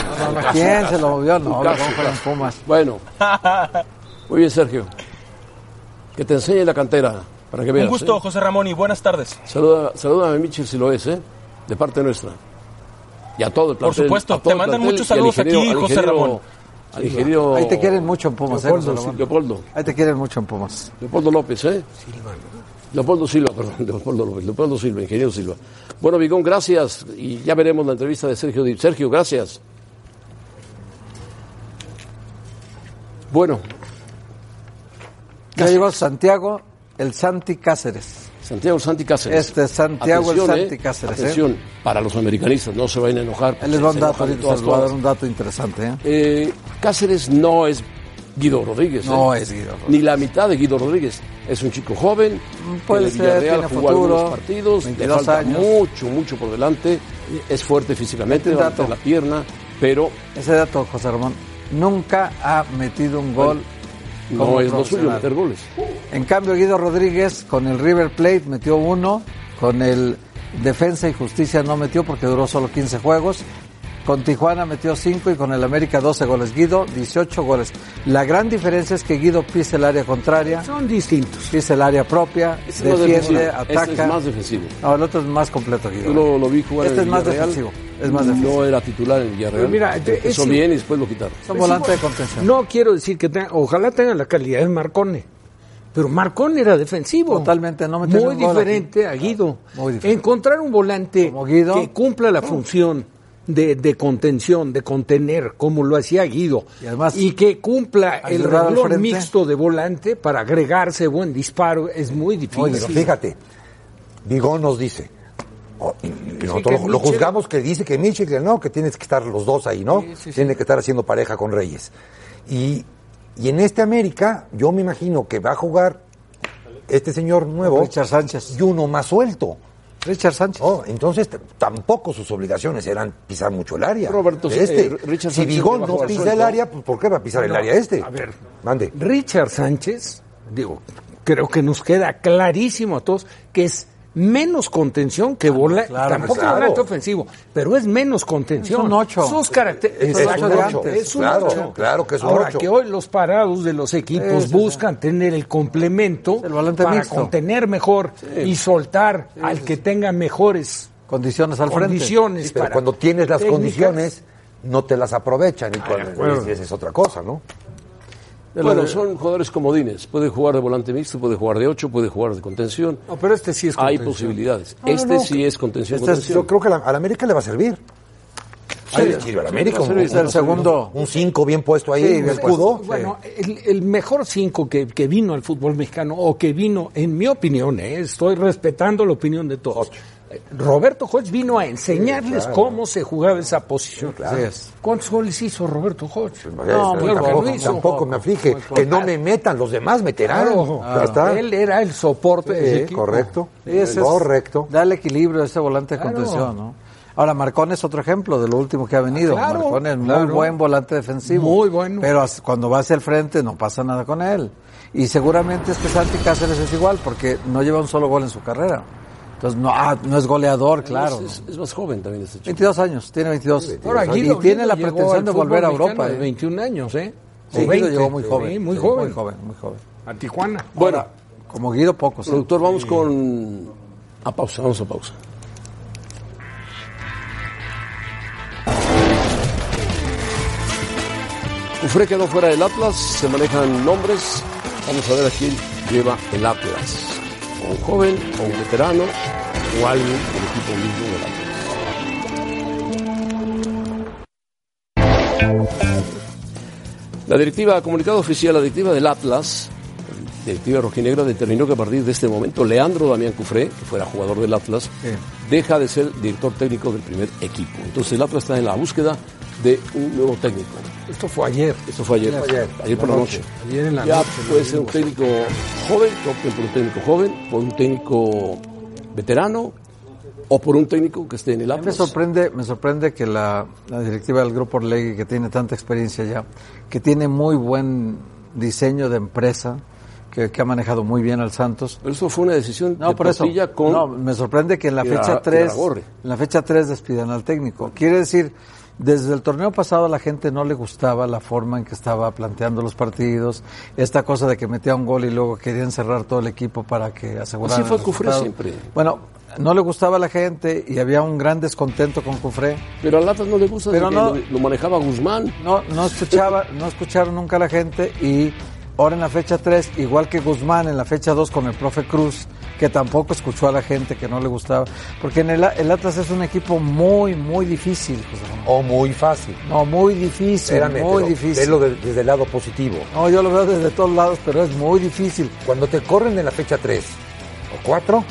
Speaker 3: ¿Quién se lo movió? No,
Speaker 2: Casi,
Speaker 3: no, con las Pumas.
Speaker 2: Bueno. Muy bien, Sergio. Que te enseñe la cantera para que veas.
Speaker 8: Un gusto,
Speaker 2: ¿eh?
Speaker 8: José Ramón, y buenas tardes.
Speaker 2: Saluda, salúdame, Michel, si lo es, ¿eh? De parte nuestra. Y a todo el
Speaker 8: Por
Speaker 2: plantel.
Speaker 8: supuesto,
Speaker 2: a todo
Speaker 8: te
Speaker 2: el
Speaker 8: mandan
Speaker 2: plantel
Speaker 8: muchos
Speaker 2: y al
Speaker 8: saludos
Speaker 2: ingeniero-
Speaker 8: aquí,
Speaker 2: al
Speaker 8: José
Speaker 2: ingeniero-
Speaker 8: Ramón.
Speaker 2: Al ingeniero...
Speaker 3: Ahí te quieren mucho en Pumas, eh,
Speaker 2: Leopoldo,
Speaker 3: José
Speaker 2: sí,
Speaker 3: Ramón.
Speaker 2: Leopoldo.
Speaker 3: Ahí te quieren mucho en Pumas.
Speaker 2: Leopoldo López, ¿eh? Leopoldo Silva, perdón, Leopoldo López, Leopoldo Silva, ingeniero Silva. Bueno, Vigón, gracias. Y ya veremos la entrevista de Sergio Dip. Sergio, gracias. Bueno,
Speaker 3: Ya llegó Santiago, el Santi Cáceres.
Speaker 2: Santiago el Santi Cáceres.
Speaker 3: Este es Santiago el
Speaker 2: Atención,
Speaker 3: Santi Cáceres, ¿eh?
Speaker 2: Atención, para los americanistas, no se vayan a enojar.
Speaker 3: Él les va a un
Speaker 2: se
Speaker 3: dato,
Speaker 2: enojan de
Speaker 3: ahorita
Speaker 2: todas
Speaker 3: les voy a dar
Speaker 2: formas.
Speaker 3: un dato interesante. ¿eh?
Speaker 2: Eh, Cáceres no es Guido Rodríguez. ¿eh?
Speaker 3: No es Guido Rodríguez.
Speaker 2: Ni la mitad de Guido Rodríguez. Es un chico joven.
Speaker 3: puede
Speaker 2: en el
Speaker 3: ser,
Speaker 2: Villarreal
Speaker 3: tiene
Speaker 2: jugó
Speaker 3: futuro,
Speaker 2: algunos partidos. Le
Speaker 3: 22
Speaker 2: falta
Speaker 3: años.
Speaker 2: mucho, mucho por delante. Es fuerte físicamente,
Speaker 3: Un
Speaker 2: va a meter
Speaker 3: dato.
Speaker 2: la pierna, pero
Speaker 3: Ese dato, José Ramón, nunca ha metido un gol. como
Speaker 2: no es lo suyo
Speaker 3: profesional.
Speaker 2: meter goles.
Speaker 3: En cambio, Guido Rodríguez con el River Plate metió uno, con el Defensa y Justicia no metió porque duró solo 15 juegos. Con Tijuana metió 5 y con el América 12 goles. Guido, 18 goles. La gran diferencia es que Guido pisa el área contraria,
Speaker 5: Son distintos.
Speaker 3: pisa el área propia,
Speaker 2: Este no es
Speaker 3: defiende,
Speaker 2: defensivo,
Speaker 3: ataca.
Speaker 2: Este es más defensivo.
Speaker 3: No, el otro es más completo,
Speaker 2: Yo
Speaker 3: Guido.
Speaker 2: lo, lo vi jugar
Speaker 3: Este
Speaker 2: en
Speaker 3: es más
Speaker 2: Villarreal.
Speaker 3: defensivo, es más defensivo. Pues
Speaker 2: No era titular en el Villarreal.
Speaker 5: Pero mira, este-
Speaker 2: Empezó
Speaker 5: ese-
Speaker 2: bien y después lo quitaron.
Speaker 3: Es un volante de contención.
Speaker 5: No quiero decir que tenga, ojalá tenga la calidad de Marcone, pero Marcone era defensivo.
Speaker 3: Totalmente, no metía
Speaker 5: Muy
Speaker 3: ni un gol
Speaker 5: diferente a Guido.
Speaker 3: muy diferente.
Speaker 5: Encontrar un volante
Speaker 3: Como Guido.
Speaker 5: que cumpla
Speaker 7: Mm.
Speaker 5: la función de, de contención, de contener, como lo hacía Guido,
Speaker 3: Y además,
Speaker 5: que cumpla el
Speaker 3: ayudar al
Speaker 5: renglón
Speaker 3: frente.
Speaker 5: mixto de volante para agregarse buen disparo, es muy
Speaker 7: Oye,
Speaker 5: difícil.
Speaker 7: fíjate, Vigón nos dice, o- y- y
Speaker 5: Pues que
Speaker 7: nosotros lo
Speaker 5: Mitchell-
Speaker 7: juzgamos que dice que Mitchell, que no, que tienes que estar los dos ahí, ¿no? Tiene que estar haciendo pareja con Reyes. Y, y en este América, yo me imagino que va a jugar este señor nuevo
Speaker 3: Richard Sánchez.
Speaker 7: y uno más suelto.
Speaker 3: Richard Sánchez.
Speaker 7: ¿no? entonces t- tampoco sus obligaciones eran pisar mucho el área.
Speaker 2: Roberto,
Speaker 7: De este,
Speaker 2: eh, Richard
Speaker 7: si
Speaker 2: Sánchez
Speaker 7: Vigón
Speaker 2: va a
Speaker 7: no
Speaker 2: jugar
Speaker 7: pisa el
Speaker 2: suelto.
Speaker 7: área, pues ¿por qué va a pisar el área este?
Speaker 5: a ver.
Speaker 7: mande.
Speaker 5: Richard Sánchez, digo, creo que nos queda clarísimo a todos que es menos contención que volante,
Speaker 7: Ah, claro,
Speaker 5: tampoco
Speaker 7: claro.
Speaker 5: volante ofensivo, pero es menos contención.
Speaker 3: Es un ocho.
Speaker 5: Sus características.
Speaker 7: Es
Speaker 3: un
Speaker 5: Exacto,
Speaker 3: ocho de antes.
Speaker 5: es un
Speaker 7: Claro,
Speaker 5: ocho.
Speaker 7: claro que es un
Speaker 5: Ahora
Speaker 7: ocho.
Speaker 5: que hoy los parados de los equipos
Speaker 3: Sí, sí,
Speaker 5: buscan tener el complemento
Speaker 3: El volante
Speaker 5: para
Speaker 3: mixto.
Speaker 5: contener mejor y soltar al que tenga mejores
Speaker 3: Condiciones al frente.
Speaker 5: condiciones.
Speaker 7: Pero
Speaker 5: para
Speaker 7: cuando tienes las
Speaker 5: técnicas.
Speaker 7: condiciones, no te las aprovechan. Y cuando- y esa es otra cosa, ¿no?
Speaker 2: Bueno, son jugadores comodines. Puede jugar de volante mixto, puede jugar de 8, puede jugar de contención.
Speaker 5: No, pero este sí es
Speaker 2: Hay
Speaker 5: contención.
Speaker 2: posibilidades.
Speaker 7: No, no,
Speaker 2: este
Speaker 7: no.
Speaker 2: sí es contención.
Speaker 7: Este es-
Speaker 2: contención.
Speaker 7: yo creo que la- a la América le va a servir. Ahí le sirve a la América.
Speaker 2: va a
Speaker 7: un-
Speaker 2: servir,
Speaker 7: un-
Speaker 3: Es el segundo.
Speaker 7: Un 5 bien puesto ahí, un
Speaker 3: bien
Speaker 7: escudo.
Speaker 5: Bueno, el, el mejor cinco que, que vino al fútbol mexicano, o que vino, en mi opinión, eh, estoy respetando la opinión de todos. Eh, Roberto Hodge vino a enseñarles cómo se jugaba esa posición.
Speaker 3: Así es.
Speaker 5: ¿Cuántos goles hizo Roberto Hodge?
Speaker 7: No,
Speaker 5: claro que
Speaker 7: pues, tampoco,
Speaker 5: lo hizo. Pues, ah.
Speaker 7: tampoco me aflige. Que no me metan, los demás meterán.
Speaker 5: Claro, Ah.
Speaker 7: Ya está.
Speaker 5: él era el soporte
Speaker 7: Sí,
Speaker 5: del equipo.
Speaker 7: correcto.
Speaker 3: Ese es-
Speaker 7: correcto.
Speaker 3: Dale equilibrio a ese volante de
Speaker 5: Claro.
Speaker 3: contención, ¿no? Ahora, Marcón es otro ejemplo de lo último que ha venido.
Speaker 5: Ah, claro,
Speaker 3: Marcón es muy
Speaker 5: claro.
Speaker 3: buen volante defensivo.
Speaker 5: Muy bueno.
Speaker 3: Pero as- cuando va hacia el frente no pasa nada con él. Y seguramente este Santi Cáceres es igual porque no lleva un solo gol en su carrera. Entonces, no, ah, no es goleador, claro.
Speaker 2: Es, es-
Speaker 3: ¿no?
Speaker 2: es más joven también este chico.
Speaker 3: 22 años, tiene 22.
Speaker 5: Ahora,
Speaker 3: y
Speaker 5: Guido-
Speaker 3: tiene
Speaker 5: Guido
Speaker 3: la
Speaker 5: llegó
Speaker 3: pretensión
Speaker 5: al
Speaker 3: de
Speaker 5: fútbol
Speaker 3: volver a
Speaker 5: mexicano
Speaker 3: Europa.
Speaker 5: de
Speaker 3: ¿eh?
Speaker 5: 21 años, ¿eh?
Speaker 3: Sí,
Speaker 5: O
Speaker 3: Guido
Speaker 5: 20.
Speaker 3: llegó muy joven.
Speaker 5: Sí, muy
Speaker 3: sí,
Speaker 5: joven.
Speaker 3: Muy joven, muy joven.
Speaker 5: A Tijuana.
Speaker 2: Bueno,
Speaker 3: Como Guido, pocos. ¿eh?
Speaker 2: productor, vamos con. A pausa, vamos a pausa. Cufré quedó fuera del Atlas, se manejan nombres. Vamos a ver a quién lleva el Atlas. O un joven, o un veterano, o alguien del equipo mismo del Atlas. La directiva, comunicado oficial, la directiva del Atlas, directiva rojinegra, determinó que a partir de este momento Leandro Damián Cufré, que fuera jugador del Atlas, deja de ser director técnico del primer equipo. Entonces el Atlas está en la búsqueda de un nuevo técnico.
Speaker 5: Esto fue ayer.
Speaker 2: Esto fue ayer,
Speaker 5: Ayer.
Speaker 2: ayer, por la noche.
Speaker 5: Ayer en la
Speaker 2: ya
Speaker 5: noche,
Speaker 2: puede
Speaker 5: lo
Speaker 2: ser un
Speaker 5: vimos.
Speaker 2: técnico joven, que opten por un técnico joven, por un técnico veterano o por un técnico que esté en el
Speaker 3: A mí Me
Speaker 2: Atlas.
Speaker 3: sorprende, me sorprende que la, la directiva del Grupo Orlegui, que tiene tanta experiencia ya, que tiene muy buen diseño de empresa, que, que ha manejado muy bien al Santos.
Speaker 2: Pero eso fue una decisión
Speaker 3: No,
Speaker 2: de
Speaker 3: por eso.
Speaker 2: Portilla con...
Speaker 3: No, me sorprende que en la
Speaker 2: y la- y
Speaker 3: fecha
Speaker 2: la
Speaker 3: 3,
Speaker 2: Gorri.
Speaker 3: en la fecha 3 despidan al técnico. Quiere decir, desde el torneo pasado a la gente no le gustaba la forma en que estaba planteando los partidos, esta cosa de que metía un gol y luego querían cerrar todo el equipo para que aseguraran
Speaker 2: Así fue
Speaker 3: el
Speaker 2: Cufré
Speaker 3: resultado.
Speaker 2: siempre.
Speaker 3: Bueno, no le gustaba a la gente y había un gran descontento con Cufré.
Speaker 2: Pero al Atlas no le gusta
Speaker 3: Pero
Speaker 2: que
Speaker 3: no-
Speaker 2: lo, lo manejaba Guzmán.
Speaker 3: No, no escuchaba, no escucharon nunca a la gente y ahora en la fecha 3, igual que Guzmán en la fecha 2 con el profe Cruz, que tampoco escuchó a la gente, que no le gustaba, porque en el, A- el Atlas es un equipo muy, muy difícil, José Ramón.
Speaker 7: O muy fácil.
Speaker 3: No, muy difícil,
Speaker 7: Espérame,
Speaker 3: muy
Speaker 7: pero
Speaker 3: difícil.
Speaker 7: velo de- desde el lado positivo.
Speaker 3: No, yo lo veo desde todos lados, pero es muy difícil.
Speaker 7: Cuando te corren en la fecha 3 o 4,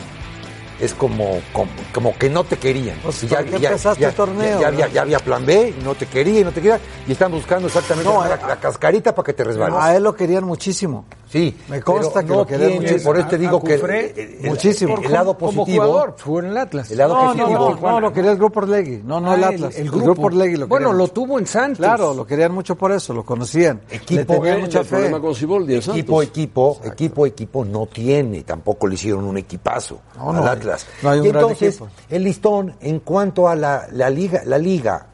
Speaker 7: es como, como, como que no te querían.
Speaker 3: Pues,
Speaker 7: Y
Speaker 3: ¿para qué empezaste el torneo,
Speaker 7: Ya,
Speaker 3: no?
Speaker 7: había, ya había plan B, y no te querían, no te querían, y están buscando exactamente
Speaker 3: No, eh,
Speaker 7: la,
Speaker 3: a-
Speaker 7: la cascarita para que te resbales.
Speaker 3: A él lo querían muchísimo.
Speaker 7: sí,
Speaker 3: me consta
Speaker 7: pero
Speaker 3: que lo querían
Speaker 7: tiene,
Speaker 3: muchísimo.
Speaker 7: Por eso te digo que
Speaker 5: Cufré,
Speaker 7: el- el-
Speaker 3: muchísimo.
Speaker 7: el lado
Speaker 5: Como
Speaker 7: positivo.
Speaker 5: jugador, jugó en el Atlas.
Speaker 7: El lado
Speaker 3: No, no,
Speaker 7: positivo.
Speaker 3: no, no, lo quería el Grupo Orlegui, no, no el
Speaker 5: Ah,
Speaker 3: Atlas. El, Grupo, Orlegui lo
Speaker 5: Bueno,
Speaker 3: querían
Speaker 5: lo
Speaker 3: mucho.
Speaker 5: tuvo en Santos.
Speaker 3: Claro, lo querían mucho por eso, lo conocían.
Speaker 7: Equipo
Speaker 3: Le tenían
Speaker 7: grande,
Speaker 3: mucha
Speaker 2: El
Speaker 3: fe.
Speaker 2: problema con Siboldi en
Speaker 7: Equipo,
Speaker 2: Santos.
Speaker 7: equipo, equipo, equipo no tiene, tampoco le hicieron un equipazo
Speaker 3: No,
Speaker 7: al
Speaker 3: no hay-
Speaker 7: Atlas.
Speaker 3: no hay un
Speaker 7: y
Speaker 3: gran
Speaker 7: entonces,
Speaker 3: equipo.
Speaker 7: el listón, en cuanto a la, la liga, la liga,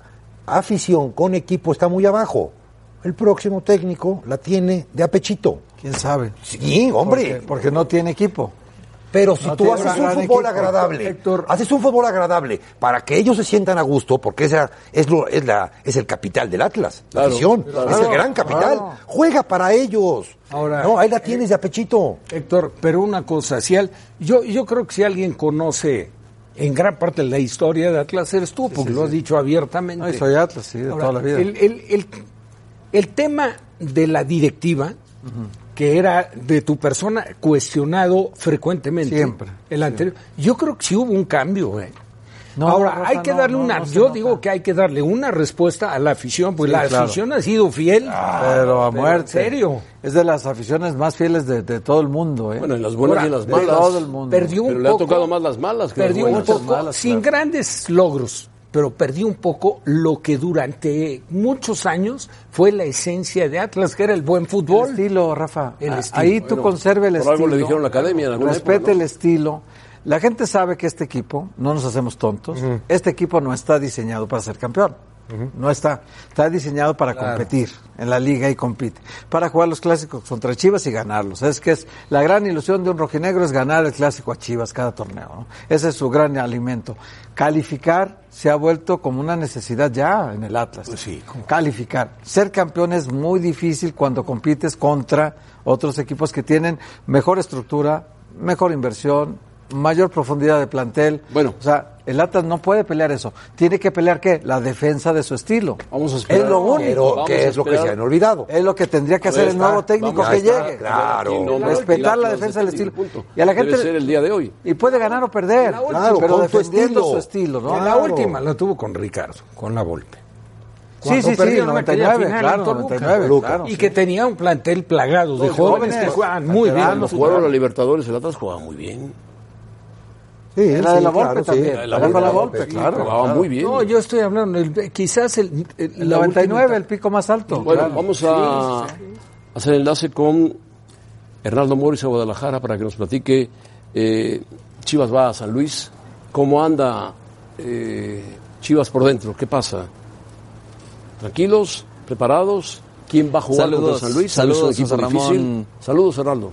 Speaker 7: afición con equipo está muy abajo. El próximo técnico la tiene de apechito.
Speaker 3: ¿Quién sabe?
Speaker 7: Sí, hombre.
Speaker 3: Porque, porque no tiene equipo.
Speaker 7: Pero si
Speaker 3: No
Speaker 7: tú
Speaker 3: tiene
Speaker 7: haces un
Speaker 3: gran
Speaker 7: fútbol
Speaker 3: equipo,
Speaker 7: agradable,
Speaker 5: Héctor.
Speaker 7: haces un fútbol agradable para que ellos se sientan a gusto, porque esa es lo, es la, es el capital del Atlas,
Speaker 2: Claro,
Speaker 7: la afición, es el
Speaker 3: claro,
Speaker 7: gran capital.
Speaker 3: claro.
Speaker 7: Juega para ellos.
Speaker 5: Ahora, eh,
Speaker 7: no, ahí la tienes de apechito.
Speaker 5: Héctor, pero una cosa, si al- yo, yo creo que si alguien conoce en gran parte la historia de Atlas, eres tú, porque lo has dicho abiertamente.
Speaker 3: No, y soy Atlas, sí, de
Speaker 5: Ahora,
Speaker 3: toda la vida.
Speaker 5: El, el- el- el tema de la directiva, que era de tu persona cuestionado frecuentemente.
Speaker 3: Siempre,
Speaker 5: El anterior. Yo creo que sí hubo un cambio, ¿eh?
Speaker 3: No,
Speaker 5: Ahora,
Speaker 3: Rafa,
Speaker 5: hay que
Speaker 3: no,
Speaker 5: darle
Speaker 3: no,
Speaker 5: una.
Speaker 3: no se
Speaker 5: yo
Speaker 3: nota.
Speaker 5: digo que hay que darle una respuesta a la afición, pues
Speaker 3: Sí,
Speaker 5: la
Speaker 3: claro.
Speaker 5: afición ha sido fiel.
Speaker 7: Ah,
Speaker 3: pero a muerte.
Speaker 5: ¿En serio?
Speaker 3: Es de las aficiones más fieles de, de todo el mundo, ¿eh?
Speaker 2: Bueno, en las buenas y en las
Speaker 3: de
Speaker 2: malas.
Speaker 3: todo el mundo.
Speaker 5: Perdió un
Speaker 2: Pero le ha
Speaker 5: poco-
Speaker 2: tocado más las malas que las
Speaker 5: perdió un
Speaker 2: buenas.
Speaker 5: poco,
Speaker 3: Muchas malas,
Speaker 5: sin
Speaker 3: claro.
Speaker 5: grandes logros, pero perdió un poco lo que durante muchos años fue la esencia de Atlas, que era el buen
Speaker 3: El
Speaker 5: fútbol.
Speaker 3: estilo, Rafa.
Speaker 5: El
Speaker 3: Ah,
Speaker 5: estilo.
Speaker 3: Ahí tú conserve el
Speaker 2: por
Speaker 3: estilo.
Speaker 2: algo le dijeron la academia en alguna
Speaker 3: Respete
Speaker 2: época, ¿no?
Speaker 3: el estilo. La gente sabe que este equipo, no nos hacemos tontos, este equipo no está diseñado para ser campeón. No está. Está diseñado para competir en la liga y compite. Para jugar los clásicos contra Chivas y ganarlos. Es que es la gran ilusión de un rojinegro es ganar el clásico a Chivas cada torneo. ¿no? Ese es su gran alimento. Calificar se ha vuelto como una necesidad ya en el Atlas.
Speaker 2: Pues
Speaker 3: Calificar. Ser campeón es muy difícil cuando compites contra otros equipos que tienen mejor estructura, mejor inversión, mayor profundidad de plantel.
Speaker 2: Bueno.
Speaker 3: O sea, el Atlas no puede pelear eso. Tiene que pelear, ¿qué? La defensa de su estilo.
Speaker 2: Vamos a esperar.
Speaker 3: Es lo único.
Speaker 7: Pero
Speaker 2: Vamos
Speaker 7: que
Speaker 2: a
Speaker 7: es lo que
Speaker 2: esperar.
Speaker 7: se han olvidado.
Speaker 3: Es lo que tendría que
Speaker 2: Ahí
Speaker 3: hacer el
Speaker 2: está,
Speaker 3: nuevo técnico
Speaker 2: vamos,
Speaker 3: que
Speaker 2: ahí está,
Speaker 3: llegue.
Speaker 7: Claro.
Speaker 2: Aquí no, no,
Speaker 3: Respetar
Speaker 2: el
Speaker 3: la
Speaker 2: Atlas
Speaker 3: defensa
Speaker 2: es
Speaker 3: del estilo.
Speaker 2: punto.
Speaker 3: Y a la gente
Speaker 2: Debe ser el día de hoy.
Speaker 3: Y puede ganar o perder,
Speaker 5: La última.
Speaker 3: claro, pero
Speaker 7: con tu
Speaker 3: defendiendo
Speaker 7: estilo.
Speaker 3: su estilo, ¿no?
Speaker 5: Que la
Speaker 3: Claro.
Speaker 5: última la tuvo con Ricardo, con la Volpe.
Speaker 3: Sí, sí, sí,
Speaker 5: perdieron aquella
Speaker 3: 99,
Speaker 5: final
Speaker 3: claro,
Speaker 5: en Toluca.
Speaker 3: 99, claro.
Speaker 5: Y que tenía un plantel plagado de
Speaker 3: Todos
Speaker 5: jóvenes,
Speaker 3: jóvenes,
Speaker 5: que juegan muy bien.
Speaker 3: veteranos,
Speaker 5: al fútbol.
Speaker 2: Jugaron a la Libertadores, el Atlas jugaba muy bien.
Speaker 7: Sí,
Speaker 3: La de la Volpe
Speaker 7: claro, sí.
Speaker 3: también.
Speaker 2: La
Speaker 3: La,
Speaker 2: de la
Speaker 3: de la
Speaker 2: Volpe,
Speaker 3: Volpe,
Speaker 2: sí,
Speaker 3: claro.
Speaker 2: jugaba muy bien.
Speaker 5: No, yo estoy hablando, el- quizás el, el-
Speaker 3: El
Speaker 5: la
Speaker 3: 99,
Speaker 5: última-
Speaker 3: el pico más alto.
Speaker 2: Bueno,
Speaker 3: claro.
Speaker 2: vamos a hacer enlace con Hernando Moris a Guadalajara para que nos platique. eh, Chivas va a San Luis. ¿Cómo anda eh, Chivas por dentro? ¿Qué pasa? ¿Tranquilos? ¿Preparados? ¿Quién va a jugar
Speaker 10: Saludos,
Speaker 2: contra San Luis? San Luis es un
Speaker 10: saludos,
Speaker 2: equipo
Speaker 10: José
Speaker 2: difícil.
Speaker 10: Ramón.
Speaker 2: Saludos, Hernando.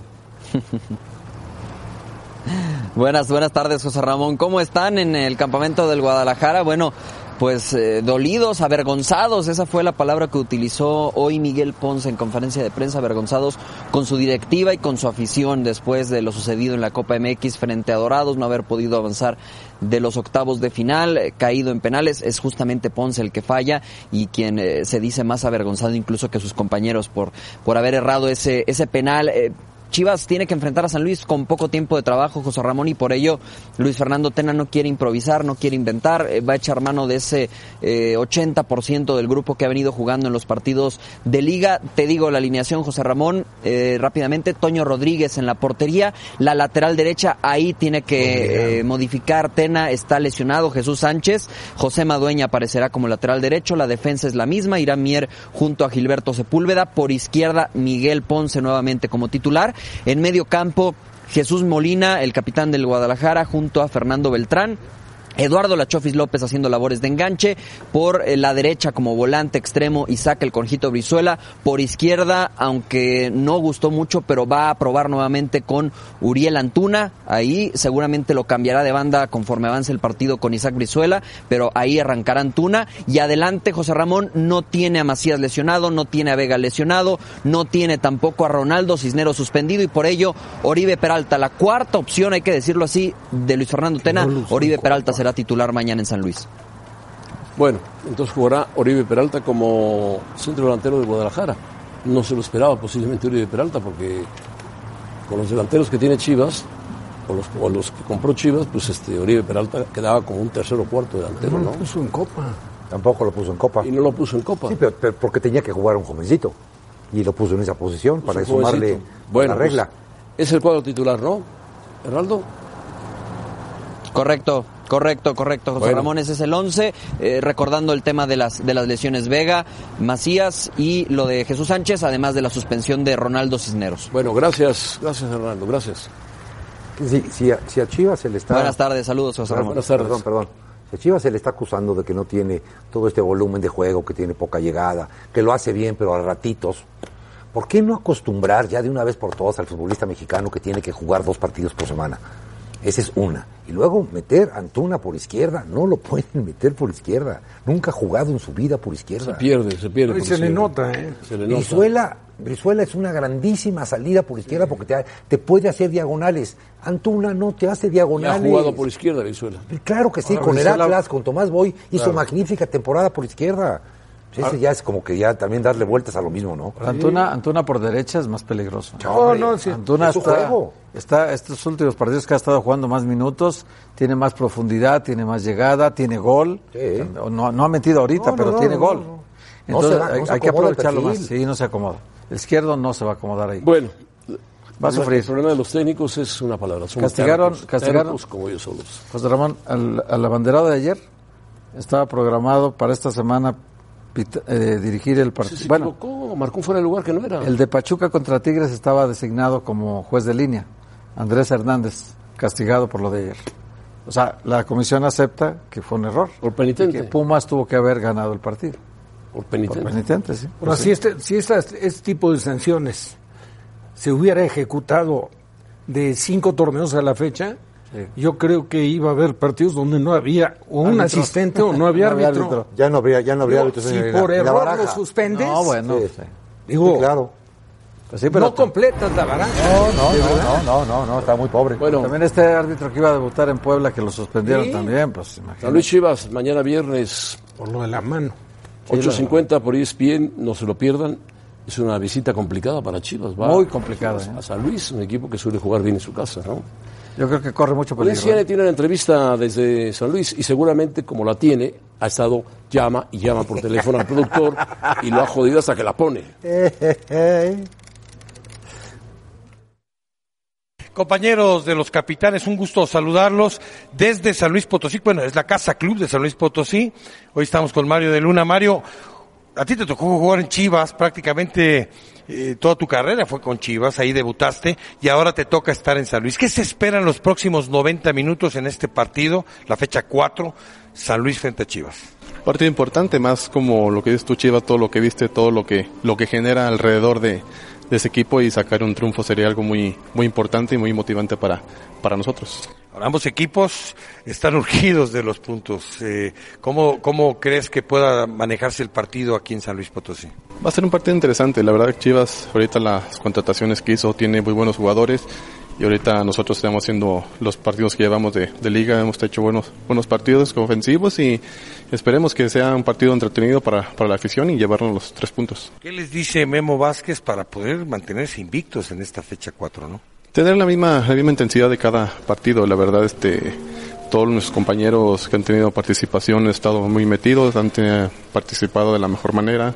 Speaker 10: Buenas, buenas tardes, José Ramón. ¿Cómo están en el campamento del Guadalajara? Bueno, pues eh, dolidos, avergonzados, esa fue la palabra que utilizó hoy Miguel Ponce en conferencia de prensa, avergonzados con su directiva y con su afición después de lo sucedido en la Copa MX frente a Dorados, no haber podido avanzar de los octavos de final, eh, caído en penales, es justamente Ponce el que falla y quien eh, se dice más avergonzado incluso que sus compañeros por, por haber errado ese, ese penal. eh, Chivas tiene que enfrentar a San Luis con poco tiempo de trabajo, José Ramón, y por ello Luis Fernando Tena no quiere improvisar, no quiere inventar, eh, va a echar mano de ese eh, 80% del grupo que ha venido jugando en los partidos de liga. Te digo la alineación, José Ramón, eh, rápidamente, Toño Rodríguez en la portería, la lateral derecha, ahí tiene que eh, modificar, Tena está lesionado, Jesús Sánchez, José Madueña aparecerá como lateral derecho, la defensa es la misma, irá Mier junto a Gilberto Sepúlveda, por izquierda Miguel Ponce nuevamente como titular, en medio campo Jesús Molina, el capitán del Guadalajara, junto a Fernando Beltrán. Eduardo Lachofis López haciendo labores de enganche, por eh, la derecha como volante extremo Isaac el Conjito Brizuela, por izquierda, aunque no gustó mucho, pero va a probar nuevamente con Uriel Antuna, ahí seguramente lo cambiará de banda conforme avance el partido con Isaac Brizuela, pero ahí arrancará Antuna y adelante José Ramón no tiene a Macías lesionado, no tiene a Vega lesionado, no tiene tampoco a Ronaldo Cisneros suspendido y por ello Oribe Peralta, la cuarta opción, hay que decirlo así, de Luis Fernando Tena, Oribe Peralta será titular mañana en San Luis.
Speaker 2: Bueno, entonces jugará Oribe Peralta como centro delantero de Guadalajara. No se lo esperaba posiblemente Oribe Peralta porque con los delanteros que tiene Chivas, o los, o los que compró Chivas, pues este Oribe Peralta quedaba como un tercero o cuarto delantero, ¿no?
Speaker 5: puso pues, en copa.
Speaker 7: Tampoco lo puso en copa.
Speaker 2: Y no lo puso en copa.
Speaker 7: Sí, pero, pero porque tenía que jugar un jovencito. Y lo puso en esa posición para
Speaker 2: Es un
Speaker 7: sumarle
Speaker 2: jovencito. Pues, bueno,
Speaker 7: la regla.
Speaker 2: pues, es el cuadro titular, ¿no? Heraldo.
Speaker 10: Correcto, correcto, correcto. José
Speaker 2: Bueno.
Speaker 10: Ramón, ese es el 11. eh, recordando el tema de las, de las lesiones Vega, Macías y lo de Jesús Sánchez, además de la suspensión de Ronaldo Cisneros.
Speaker 2: Bueno, gracias, gracias Hernando, gracias.
Speaker 7: Sí, si, a, si a Chivas se le está...
Speaker 10: Buenas tardes, saludos, José Ramón.
Speaker 2: Buenas tardes.
Speaker 7: Perdón, perdón. Si a Chivas se le está acusando de que no tiene todo este volumen de juego, que tiene poca llegada, que lo hace bien, pero a ratitos. ¿Por qué no acostumbrar ya de una vez por todas al futbolista mexicano que tiene que jugar dos partidos por semana? Esa es una. Y luego meter a Antuna por izquierda. No lo pueden meter por izquierda. Nunca ha jugado en su vida por izquierda.
Speaker 2: Pierde, se pierde.
Speaker 5: Y
Speaker 2: por
Speaker 5: se le
Speaker 2: cierto.
Speaker 5: nota, ¿eh?
Speaker 2: Se le nota.
Speaker 7: Brizuela, Brizuela es una grandísima salida por izquierda porque te, te puede hacer diagonales. Antuna no te hace
Speaker 2: Le Ha
Speaker 7: diagonales.
Speaker 2: jugado por izquierda Venezuela.
Speaker 7: Claro que sí,
Speaker 5: Ahora,
Speaker 7: con
Speaker 5: Brizuela-
Speaker 7: Heraclas, con Tomás Boy, hizo magnífica temporada por izquierda. Sí, ese ya es como que ya también darle vueltas a lo mismo, ¿no?
Speaker 3: Antuna, Antuna por derecha es más peligroso.
Speaker 5: No, no, sí.
Speaker 3: Antuna
Speaker 7: Es su
Speaker 3: está,
Speaker 7: juego.
Speaker 3: está- estos últimos partidos que ha estado jugando más minutos, tiene más profundidad, tiene más llegada, tiene gol.
Speaker 7: Sí.
Speaker 3: No, no ha metido ahorita,
Speaker 7: No, no,
Speaker 3: pero
Speaker 7: no,
Speaker 3: tiene
Speaker 7: no,
Speaker 3: gol.
Speaker 7: no, no. No se
Speaker 3: Entonces
Speaker 7: va, no
Speaker 3: hay,
Speaker 7: se
Speaker 3: hay
Speaker 7: acomoda
Speaker 3: que
Speaker 7: el
Speaker 3: aprovecharlo más.
Speaker 7: perfil.
Speaker 3: Sí, no se acomoda. El izquierdo no se va a acomodar ahí.
Speaker 2: Bueno,
Speaker 3: va a sufrir.
Speaker 2: el problema de los técnicos es una palabra. Son
Speaker 3: Castigaron-
Speaker 2: tercos,
Speaker 3: castigaron.
Speaker 2: tercos como ellos solos.
Speaker 3: José Ramón, al, al abanderado de ayer estaba programado para esta semana pit- eh, dirigir el partido.
Speaker 2: Se
Speaker 3: bueno,
Speaker 2: equivocó, marcó fuera del lugar que no era.
Speaker 3: El de Pachuca contra Tigres estaba designado como juez de línea. Andrés Hernández, castigado por lo de ayer. O sea, la comisión acepta que fue un error.
Speaker 2: Por penitente.
Speaker 3: Y que Pumas tuvo que haber ganado el partido.
Speaker 2: por
Speaker 3: Por
Speaker 2: penitente.
Speaker 3: penitente, sí. Pues
Speaker 5: Ahora, si, este, si estas- este tipo de sanciones se hubiera ejecutado de cinco torneos a la fecha, yo creo que iba a haber partidos donde no había o un
Speaker 3: Árbitros.
Speaker 5: asistente o no había
Speaker 3: No había
Speaker 5: árbitro.
Speaker 3: árbitro.
Speaker 7: Ya no habría, ya no habría
Speaker 5: Digo,
Speaker 7: árbitros en
Speaker 5: si
Speaker 7: el-
Speaker 5: por
Speaker 7: en la
Speaker 5: error
Speaker 7: baraja.
Speaker 5: lo suspendes,
Speaker 3: No, bueno.
Speaker 7: Sí.
Speaker 3: sí.
Speaker 5: digo,
Speaker 7: Sí, claro.
Speaker 3: eh, Pues sí, pero
Speaker 5: no completas la baraja.
Speaker 7: No, no, no, no, no, no, está muy pobre.
Speaker 2: Bueno,
Speaker 3: también este árbitro que iba a debutar en Puebla, que lo suspendieron
Speaker 5: Sí.
Speaker 3: también, pues imagínate.
Speaker 2: San Luis Chivas, mañana viernes,
Speaker 5: Por lo de la mano.
Speaker 2: 8.50 por E ESPN, no se lo pierdan. Es una visita complicada para Chivas. Va
Speaker 3: Muy complicada, ¿eh?
Speaker 2: A San Luis, un equipo que suele jugar bien en su casa, ¿no?
Speaker 3: Yo creo que corre mucho
Speaker 2: Por
Speaker 3: peligro. ¿eh?
Speaker 2: tiene una entrevista desde San Luis y seguramente como la tiene, ha estado llama y llama por teléfono al productor y lo ha jodido hasta que la pone.
Speaker 7: Eh,
Speaker 11: Compañeros de los capitanes, un gusto saludarlos desde San Luis Potosí. Bueno, es la casa club de San Luis Potosí. Hoy estamos con Mario de Luna. Mario, a ti te tocó jugar en Chivas prácticamente eh, toda tu carrera fue con Chivas, ahí debutaste y ahora te toca estar en San Luis. ¿Qué se espera en los próximos 90 minutos en este partido, la fecha 4, San Luis frente a Chivas?
Speaker 12: Partido importante, más como lo que dices tú, Chivas, todo lo que viste, todo lo que, lo que genera alrededor de, de ese equipo y sacar un triunfo sería algo muy, muy importante y muy motivante para, para nosotros.
Speaker 11: Ahora, ambos equipos están urgidos de los puntos. Eh, ¿cómo, ¿Cómo crees que pueda manejarse el partido aquí en San Luis Potosí?
Speaker 12: Va a ser un partido interesante. La verdad que Chivas ahorita las contrataciones que hizo tiene muy buenos jugadores y ahorita nosotros estamos haciendo los partidos que llevamos de, de liga. Hemos hecho buenos buenos partidos ofensivos y esperemos que sea un partido entretenido para, para la afición y llevarnos los tres puntos.
Speaker 11: ¿Qué les dice Memo Vázquez para poder mantenerse invictos en esta fecha 4, no?
Speaker 12: Tener la misma, la misma intensidad de cada partido, la verdad, este, todos nuestros compañeros que han tenido participación han estado muy metidos, han eh, participado de la mejor manera,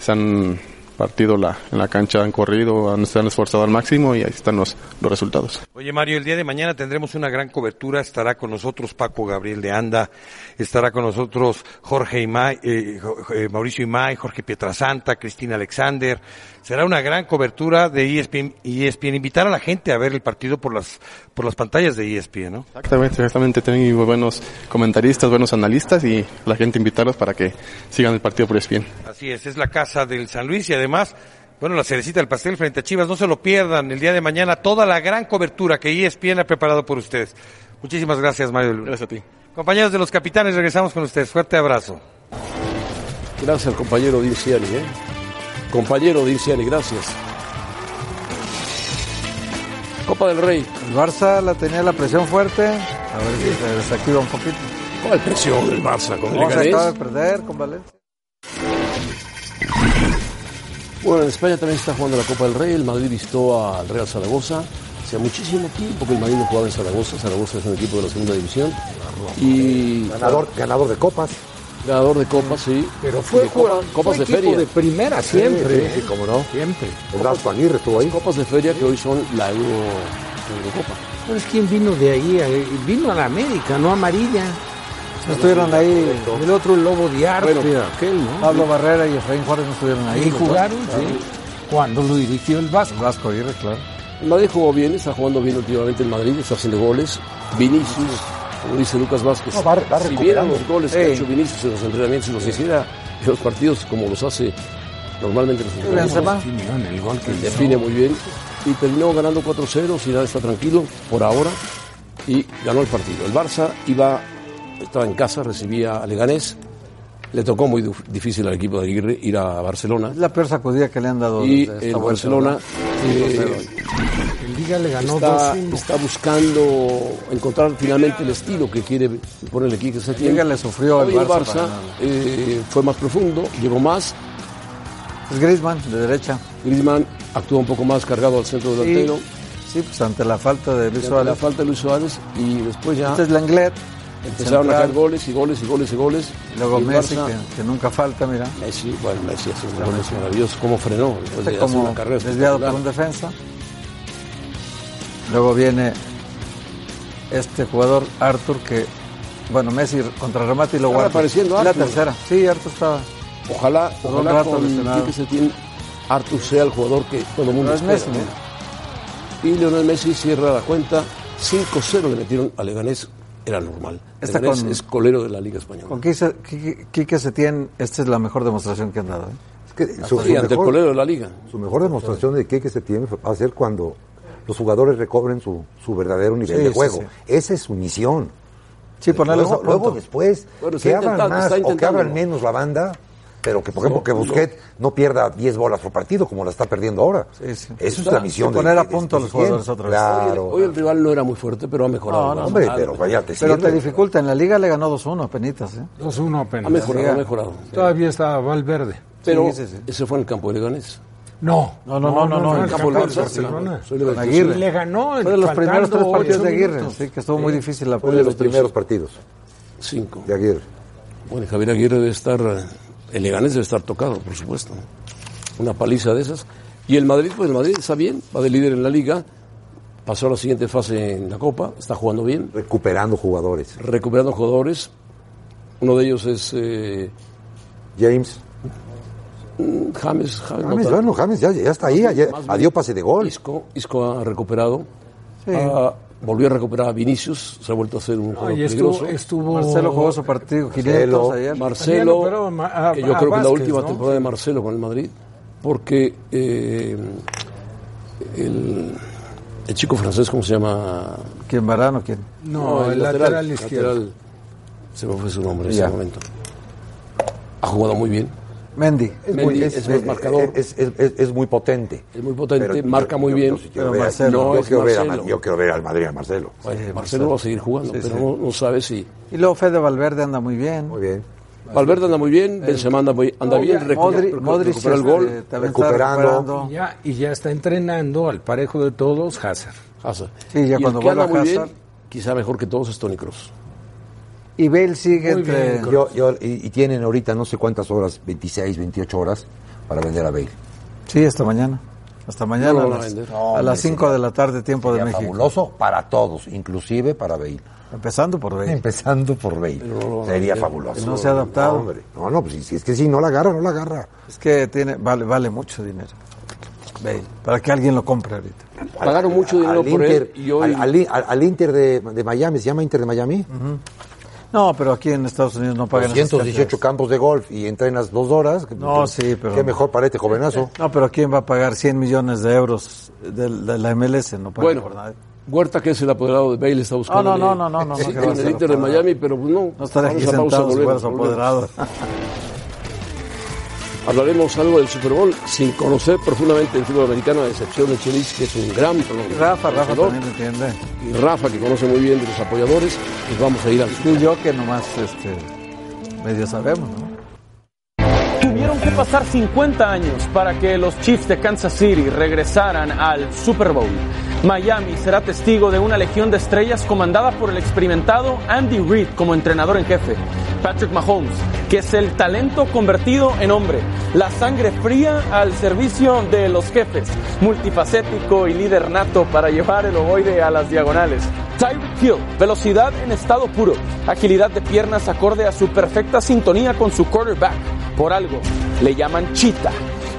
Speaker 12: se han partido la, en la cancha, han corrido, han, se han esforzado al máximo y ahí están los, los resultados.
Speaker 11: Oye Mario, el día de mañana tendremos una gran cobertura, estará con nosotros Paco Gabriel de Anda, estará con nosotros Jorge Imay, eh, Jo- eh, Mauricio Imay, Jorge Pietrasanta, Cristina Alexander, será una gran cobertura de E ESPN, ESPN, invitar a la gente a ver el partido por las, por las pantallas de E ESPN, ¿no?
Speaker 12: Exactamente, exactamente, tienen muy buenos comentaristas, buenos analistas y la gente invitarlos para que sigan el partido por ESPN.
Speaker 11: Así es, es la casa del San Luis y además, bueno, la cerecita del pastel frente a Chivas, no se lo pierdan el día de mañana, toda la gran cobertura que E ESPN ha preparado por ustedes. Muchísimas gracias, Mario. Gracias
Speaker 12: a ti.
Speaker 11: Compañeros de los capitanes, regresamos con ustedes. Fuerte abrazo.
Speaker 2: Gracias al compañero Dirciani, ¿eh? Compañero Dirciani, gracias. Copa del Rey.
Speaker 3: ¿eh? El Barça la tenía la presión fuerte. A ver si se desactiva un poquito.
Speaker 2: ¿Cuál presión del Barça con el
Speaker 3: No, se
Speaker 2: Leganés?
Speaker 3: acaba de perder con Valencia.
Speaker 2: Bueno, en España también está jugando la Copa del Rey. El Madrid visitó al Real Zaragoza. Hacía muchísimo tiempo que el Madrid no jugaba en Zaragoza. Zaragoza es un equipo de la segunda división. Y
Speaker 7: Ganador, ganador de copas.
Speaker 2: Ganador de copas, sí.
Speaker 5: Pero fue
Speaker 2: De copa-
Speaker 5: jugador-
Speaker 2: copas
Speaker 5: fue
Speaker 2: de
Speaker 5: equipo
Speaker 2: feria.
Speaker 5: de primera siempre. ¿eh?
Speaker 2: Sí, sí, cómo no.
Speaker 5: Siempre.
Speaker 7: El Vasco Aguirre estuvo ahí.
Speaker 2: Copas de feria que hoy son la Euro, la Eurocopa.
Speaker 5: ¿Sabes quién vino de ahí? Eh, Vino a la América, no amarilla.
Speaker 3: No estuvieron ahí.
Speaker 5: El otro Lobo de Arte,
Speaker 3: Bueno,
Speaker 5: aquel, ¿no?
Speaker 3: Pablo Barrera y Efraín Juárez no estuvieron ahí.
Speaker 5: Ahí
Speaker 3: ¿no?
Speaker 5: jugaron, sí. Cuando lo dirigió el Vasco.
Speaker 3: El Vasco Aguirre, claro.
Speaker 2: El Madrid jugó bien, está jugando bien últimamente el Madrid, está haciendo goles. Vinicius, como dice Lucas Vázquez,
Speaker 7: No, va- va
Speaker 2: si
Speaker 7: recuperando.
Speaker 2: vieran los goles que ha
Speaker 3: Sí.
Speaker 2: hecho Vinicius en los entrenamientos, si los hiciera en los partidos como los hace normalmente en los entrenamientos,
Speaker 3: Benzema.
Speaker 5: Definió en el gol que hizo.
Speaker 2: define muy bien y terminó ganando 4-0, Zidane está tranquilo por ahora y ganó el partido. El Barça iba, estaba en casa, recibía a Leganés, le tocó muy du- difícil al equipo de Aguirre ir a Barcelona
Speaker 3: Es la peor sacudida que le han dado.
Speaker 2: y
Speaker 3: desde esta
Speaker 2: el
Speaker 3: vuelta,
Speaker 2: Barcelona...
Speaker 3: ¿verdad?
Speaker 2: eh,
Speaker 3: 5-0.
Speaker 5: El Liga le ganó
Speaker 2: está,
Speaker 5: 2-1.
Speaker 2: está buscando encontrar finalmente el estilo que quiere ponerle aquí que se tiene.
Speaker 3: Liga le sufrió al
Speaker 2: Hoy el
Speaker 3: Barça
Speaker 2: Barça
Speaker 3: para nada.
Speaker 2: eh, fue más profundo, llegó más.
Speaker 3: Es Griezmann, de derecha.
Speaker 2: Griezmann actúa un poco más cargado al centro delantero.
Speaker 3: Sí, sí, pues ante la falta de Luis
Speaker 2: Y ante la
Speaker 3: Suárez.
Speaker 2: falta de Luis Suárez y después ya
Speaker 3: Este es Langlet.
Speaker 2: empezaron a
Speaker 3: central.
Speaker 2: caer goles y goles y goles y goles.
Speaker 3: Luego
Speaker 2: Y el
Speaker 3: Messi,
Speaker 2: Barça-
Speaker 3: que, que nunca falta, mira.
Speaker 2: Messi, bueno, Messi hace un gol maravilloso. ¿Cómo frenó? Después
Speaker 3: Este
Speaker 2: de hacer
Speaker 3: como
Speaker 2: pues, una carrera
Speaker 3: desviado por
Speaker 2: espectacular.
Speaker 3: un defensa. Luego viene este jugador, Arthur, que, bueno, Messi contra remate y lo
Speaker 2: Estaba
Speaker 3: guarda.
Speaker 2: apareciendo
Speaker 3: Es la
Speaker 2: Arthur.
Speaker 3: tercera. Sí, Arthur estaba.
Speaker 2: Ojalá,
Speaker 3: Perdón,
Speaker 2: ojalá
Speaker 3: Arthur, lesionado.
Speaker 2: con que se tiene Arthur sea el jugador que todo el mundo
Speaker 3: No es
Speaker 2: espera,
Speaker 3: Messi,
Speaker 2: ¿no?
Speaker 3: mira.
Speaker 2: Y Leonel Messi cierra la cuenta. 5-0 le metieron a Leganés. Era normal.
Speaker 3: Está
Speaker 2: Leganés
Speaker 3: con-
Speaker 2: es colero de la Liga Española.
Speaker 3: Con Quique, Quique- Quique Setién, esta es la mejor demostración que han dado. ¿eh?
Speaker 7: Es que su, su
Speaker 2: Y ante el
Speaker 7: mejor,
Speaker 2: colero de la Liga.
Speaker 7: su mejor demostración de que se tiene va a ser cuando los jugadores recobren su, su verdadero nivel
Speaker 3: Sí,
Speaker 7: de
Speaker 3: sí,
Speaker 7: juego.
Speaker 3: sí.
Speaker 7: Esa es su misión.
Speaker 3: Sí, ponerlos a
Speaker 7: luego,
Speaker 3: punto.
Speaker 7: luego después,
Speaker 2: Bueno, está
Speaker 7: que abran
Speaker 2: intentando,
Speaker 7: más
Speaker 2: está
Speaker 7: o que abran
Speaker 2: intentándolo.
Speaker 7: menos la banda, pero que por ejemplo que Busquets no pierda 10 bolas por partido como la está perdiendo ahora.
Speaker 3: Sí, sí.
Speaker 7: Esa es
Speaker 2: Está-
Speaker 7: la misión.
Speaker 3: de poner
Speaker 7: de-
Speaker 3: a
Speaker 7: de-
Speaker 3: punto a los
Speaker 7: de-
Speaker 3: jugadores otra vez.
Speaker 7: Claro.
Speaker 2: Hoy el rival no era muy fuerte, pero ha mejorado.
Speaker 3: No, no,
Speaker 2: Ha-
Speaker 7: Hombre,
Speaker 2: ha-
Speaker 7: pero vaya, te
Speaker 3: Pero te
Speaker 7: sirve.
Speaker 3: dificulta. En la liga le ganó 2-1 apenas. ¿eh?
Speaker 5: 2-1
Speaker 2: Ha
Speaker 5: apenas.
Speaker 2: mejorado, ha mejorado.
Speaker 5: Todavía está Valverde.
Speaker 2: Pero
Speaker 3: sí, sí.
Speaker 2: ese fue en el campo de Leganés.
Speaker 5: No.
Speaker 3: No, no, no, no, no, en
Speaker 5: el
Speaker 3: campo
Speaker 5: campo
Speaker 3: del
Speaker 5: del
Speaker 3: Barcelona.
Speaker 5: Barcelona.
Speaker 2: Soy Leverkusen.
Speaker 3: Con Aguirre.
Speaker 5: Le ganó el
Speaker 3: Fue de los primeros tres
Speaker 5: faltando
Speaker 3: partidos de
Speaker 5: ocho
Speaker 3: Aguirre.
Speaker 5: minutos.
Speaker 3: Sí, que estuvo muy difícil la
Speaker 7: Fue de
Speaker 3: pelea.
Speaker 7: los primeros partidos
Speaker 2: 5.
Speaker 7: de Aguirre.
Speaker 2: Bueno, y Javier Aguirre debe estar, eh, el Leganés debe estar tocado, por supuesto. Una paliza de esas. Y el Madrid, pues el Madrid está bien, va de líder en la liga, pasó a la siguiente fase en la Copa, está jugando bien,
Speaker 7: Recuperando jugadores.
Speaker 2: recuperando jugadores. Uno de ellos es eh, Mm,
Speaker 7: James.
Speaker 2: James. James, no
Speaker 7: James,
Speaker 2: tanto.
Speaker 7: bueno, James ya, ya está ahí. Ayer, adiós pase de gol.
Speaker 2: Isco, Isco ha recuperado. Ah, volvió a recuperar a Vinicius, se ha vuelto a ser un jugador
Speaker 5: Ay, estuvo,
Speaker 2: peligroso.
Speaker 5: estuvo...
Speaker 3: Marcelo jugó su partido 500 ayer.
Speaker 2: Marcelo,
Speaker 5: También, pero ma- a-
Speaker 2: que yo
Speaker 5: a
Speaker 2: creo que es la
Speaker 5: Vázquez,
Speaker 2: última
Speaker 5: ¿no?
Speaker 2: temporada de Marcelo con el Madrid, porque eh, el, el chico francés, ¿cómo se llama?
Speaker 3: ¿Quién, Barán o quién?
Speaker 5: No, el lateral izquierdo.
Speaker 2: lateral. se me fue su nombre en
Speaker 3: Ya.
Speaker 2: ese momento. Ha jugado muy bien.
Speaker 3: Mendy.
Speaker 2: Es muy- Mendy es buen marcador.
Speaker 7: Es, es- es- es muy potente.
Speaker 2: Es muy potente,
Speaker 7: Pero yo-
Speaker 2: marca muy
Speaker 7: yo-
Speaker 2: bien.
Speaker 7: Yo, sí quiero ver a- yo quiero ver a Ma- yo quiero ver al Madrid a Marcelo.
Speaker 2: Bueno, Marcelo va a seguir jugando,
Speaker 3: Sí,
Speaker 2: pero
Speaker 3: sí.
Speaker 2: No, no sabe si.
Speaker 3: Y luego Fede Valverde anda muy bien. Muy
Speaker 7: bien.
Speaker 2: Valverde anda muy bien, Benzema anda, muy- anda bien, recu-
Speaker 3: Modric-
Speaker 2: recu-
Speaker 3: Modric
Speaker 2: recupera el
Speaker 3: este,
Speaker 2: gol,
Speaker 3: también está recuperando.
Speaker 5: Y ya, y ya está entrenando al parejo de todos Hazard.
Speaker 2: Hazard.
Speaker 3: Sí, ya
Speaker 2: Y el
Speaker 3: cuando
Speaker 2: que anda
Speaker 3: vuelva
Speaker 2: muy bien,
Speaker 3: Hazard.
Speaker 2: quizá mejor que todos es Tony Cruz.
Speaker 3: Y Bale sigue
Speaker 2: Muy
Speaker 3: entre...
Speaker 2: bien,
Speaker 7: Yo- yo- y, y tienen ahorita no sé cuántas horas, 26, 28 horas, para vender a Bale.
Speaker 3: Sí, hasta mañana. Hasta mañana
Speaker 7: No lo
Speaker 3: a
Speaker 7: van a
Speaker 3: las-
Speaker 7: vender.
Speaker 3: a,
Speaker 7: No,
Speaker 3: las
Speaker 7: hombre,
Speaker 3: 5 de la tarde, tiempo de
Speaker 7: Sería
Speaker 3: México.
Speaker 7: fabuloso para todos, inclusive para Bale.
Speaker 3: Empezando por Bale.
Speaker 7: Empezando por Bale. Sería fabuloso.
Speaker 3: No se ha adaptado.
Speaker 7: No, hombre. No, no, pues si- si es que si no la agarra, no la agarra.
Speaker 3: Es que tiene vale vale mucho dinero. Bale, para que alguien lo compre ahorita.
Speaker 2: Pagaron mucho dinero por él y hoy-
Speaker 7: al, al- al- al Inter de, de Miami, ¿se llama Inter de Miami?
Speaker 3: No, pero aquí en Estados Unidos no pagan esas
Speaker 7: 218 campos de golf y entrenas dos horas. pues,
Speaker 3: No, sí, pero-
Speaker 7: Qué mejor para este jovenazo.
Speaker 3: No, pero ¿quién va a pagar 100 millones de euros de, de la MLS? No paga
Speaker 2: Bueno,
Speaker 3: por nada.
Speaker 2: Huerta, que es el apoderado de Bale, está buscando.
Speaker 3: No, no, no, no, no, no,
Speaker 2: Sí,
Speaker 3: no, que va a
Speaker 2: en
Speaker 3: ser
Speaker 2: el Inter de
Speaker 3: apoderado.
Speaker 2: Miami, pero pues, no.
Speaker 3: No estaría aquí
Speaker 2: Vamos a pausa,
Speaker 3: sentado si
Speaker 2: volvemos,
Speaker 3: fueras
Speaker 2: volvemos.
Speaker 3: apoderado.
Speaker 2: Hablaremos algo del Super Bowl sin conocer profundamente el fútbol americano, a excepción de Chelis, que es un gran pronunciador.
Speaker 3: Rafa, Rafa también lo entiende.
Speaker 2: Y Rafa, que conoce muy bien de los apoyadores, pues vamos a ir al
Speaker 3: Tú y yo que nomás este, medio sabemos, ¿no?
Speaker 8: Tuvieron que pasar 50 años para que los Chiefs de Kansas City regresaran al Super Bowl. Miami será testigo de una legión de estrellas comandada por el experimentado Andy Reid como entrenador en jefe. Patrick Mahomes, que es el talento convertido en hombre, la sangre fría al servicio de los jefes, multifacético y líder nato para llevar el ovoide a las diagonales. Tyreek Hill, velocidad en estado puro, agilidad de piernas acorde a su perfecta sintonía con su quarterback. Por algo, le llaman Cheetah.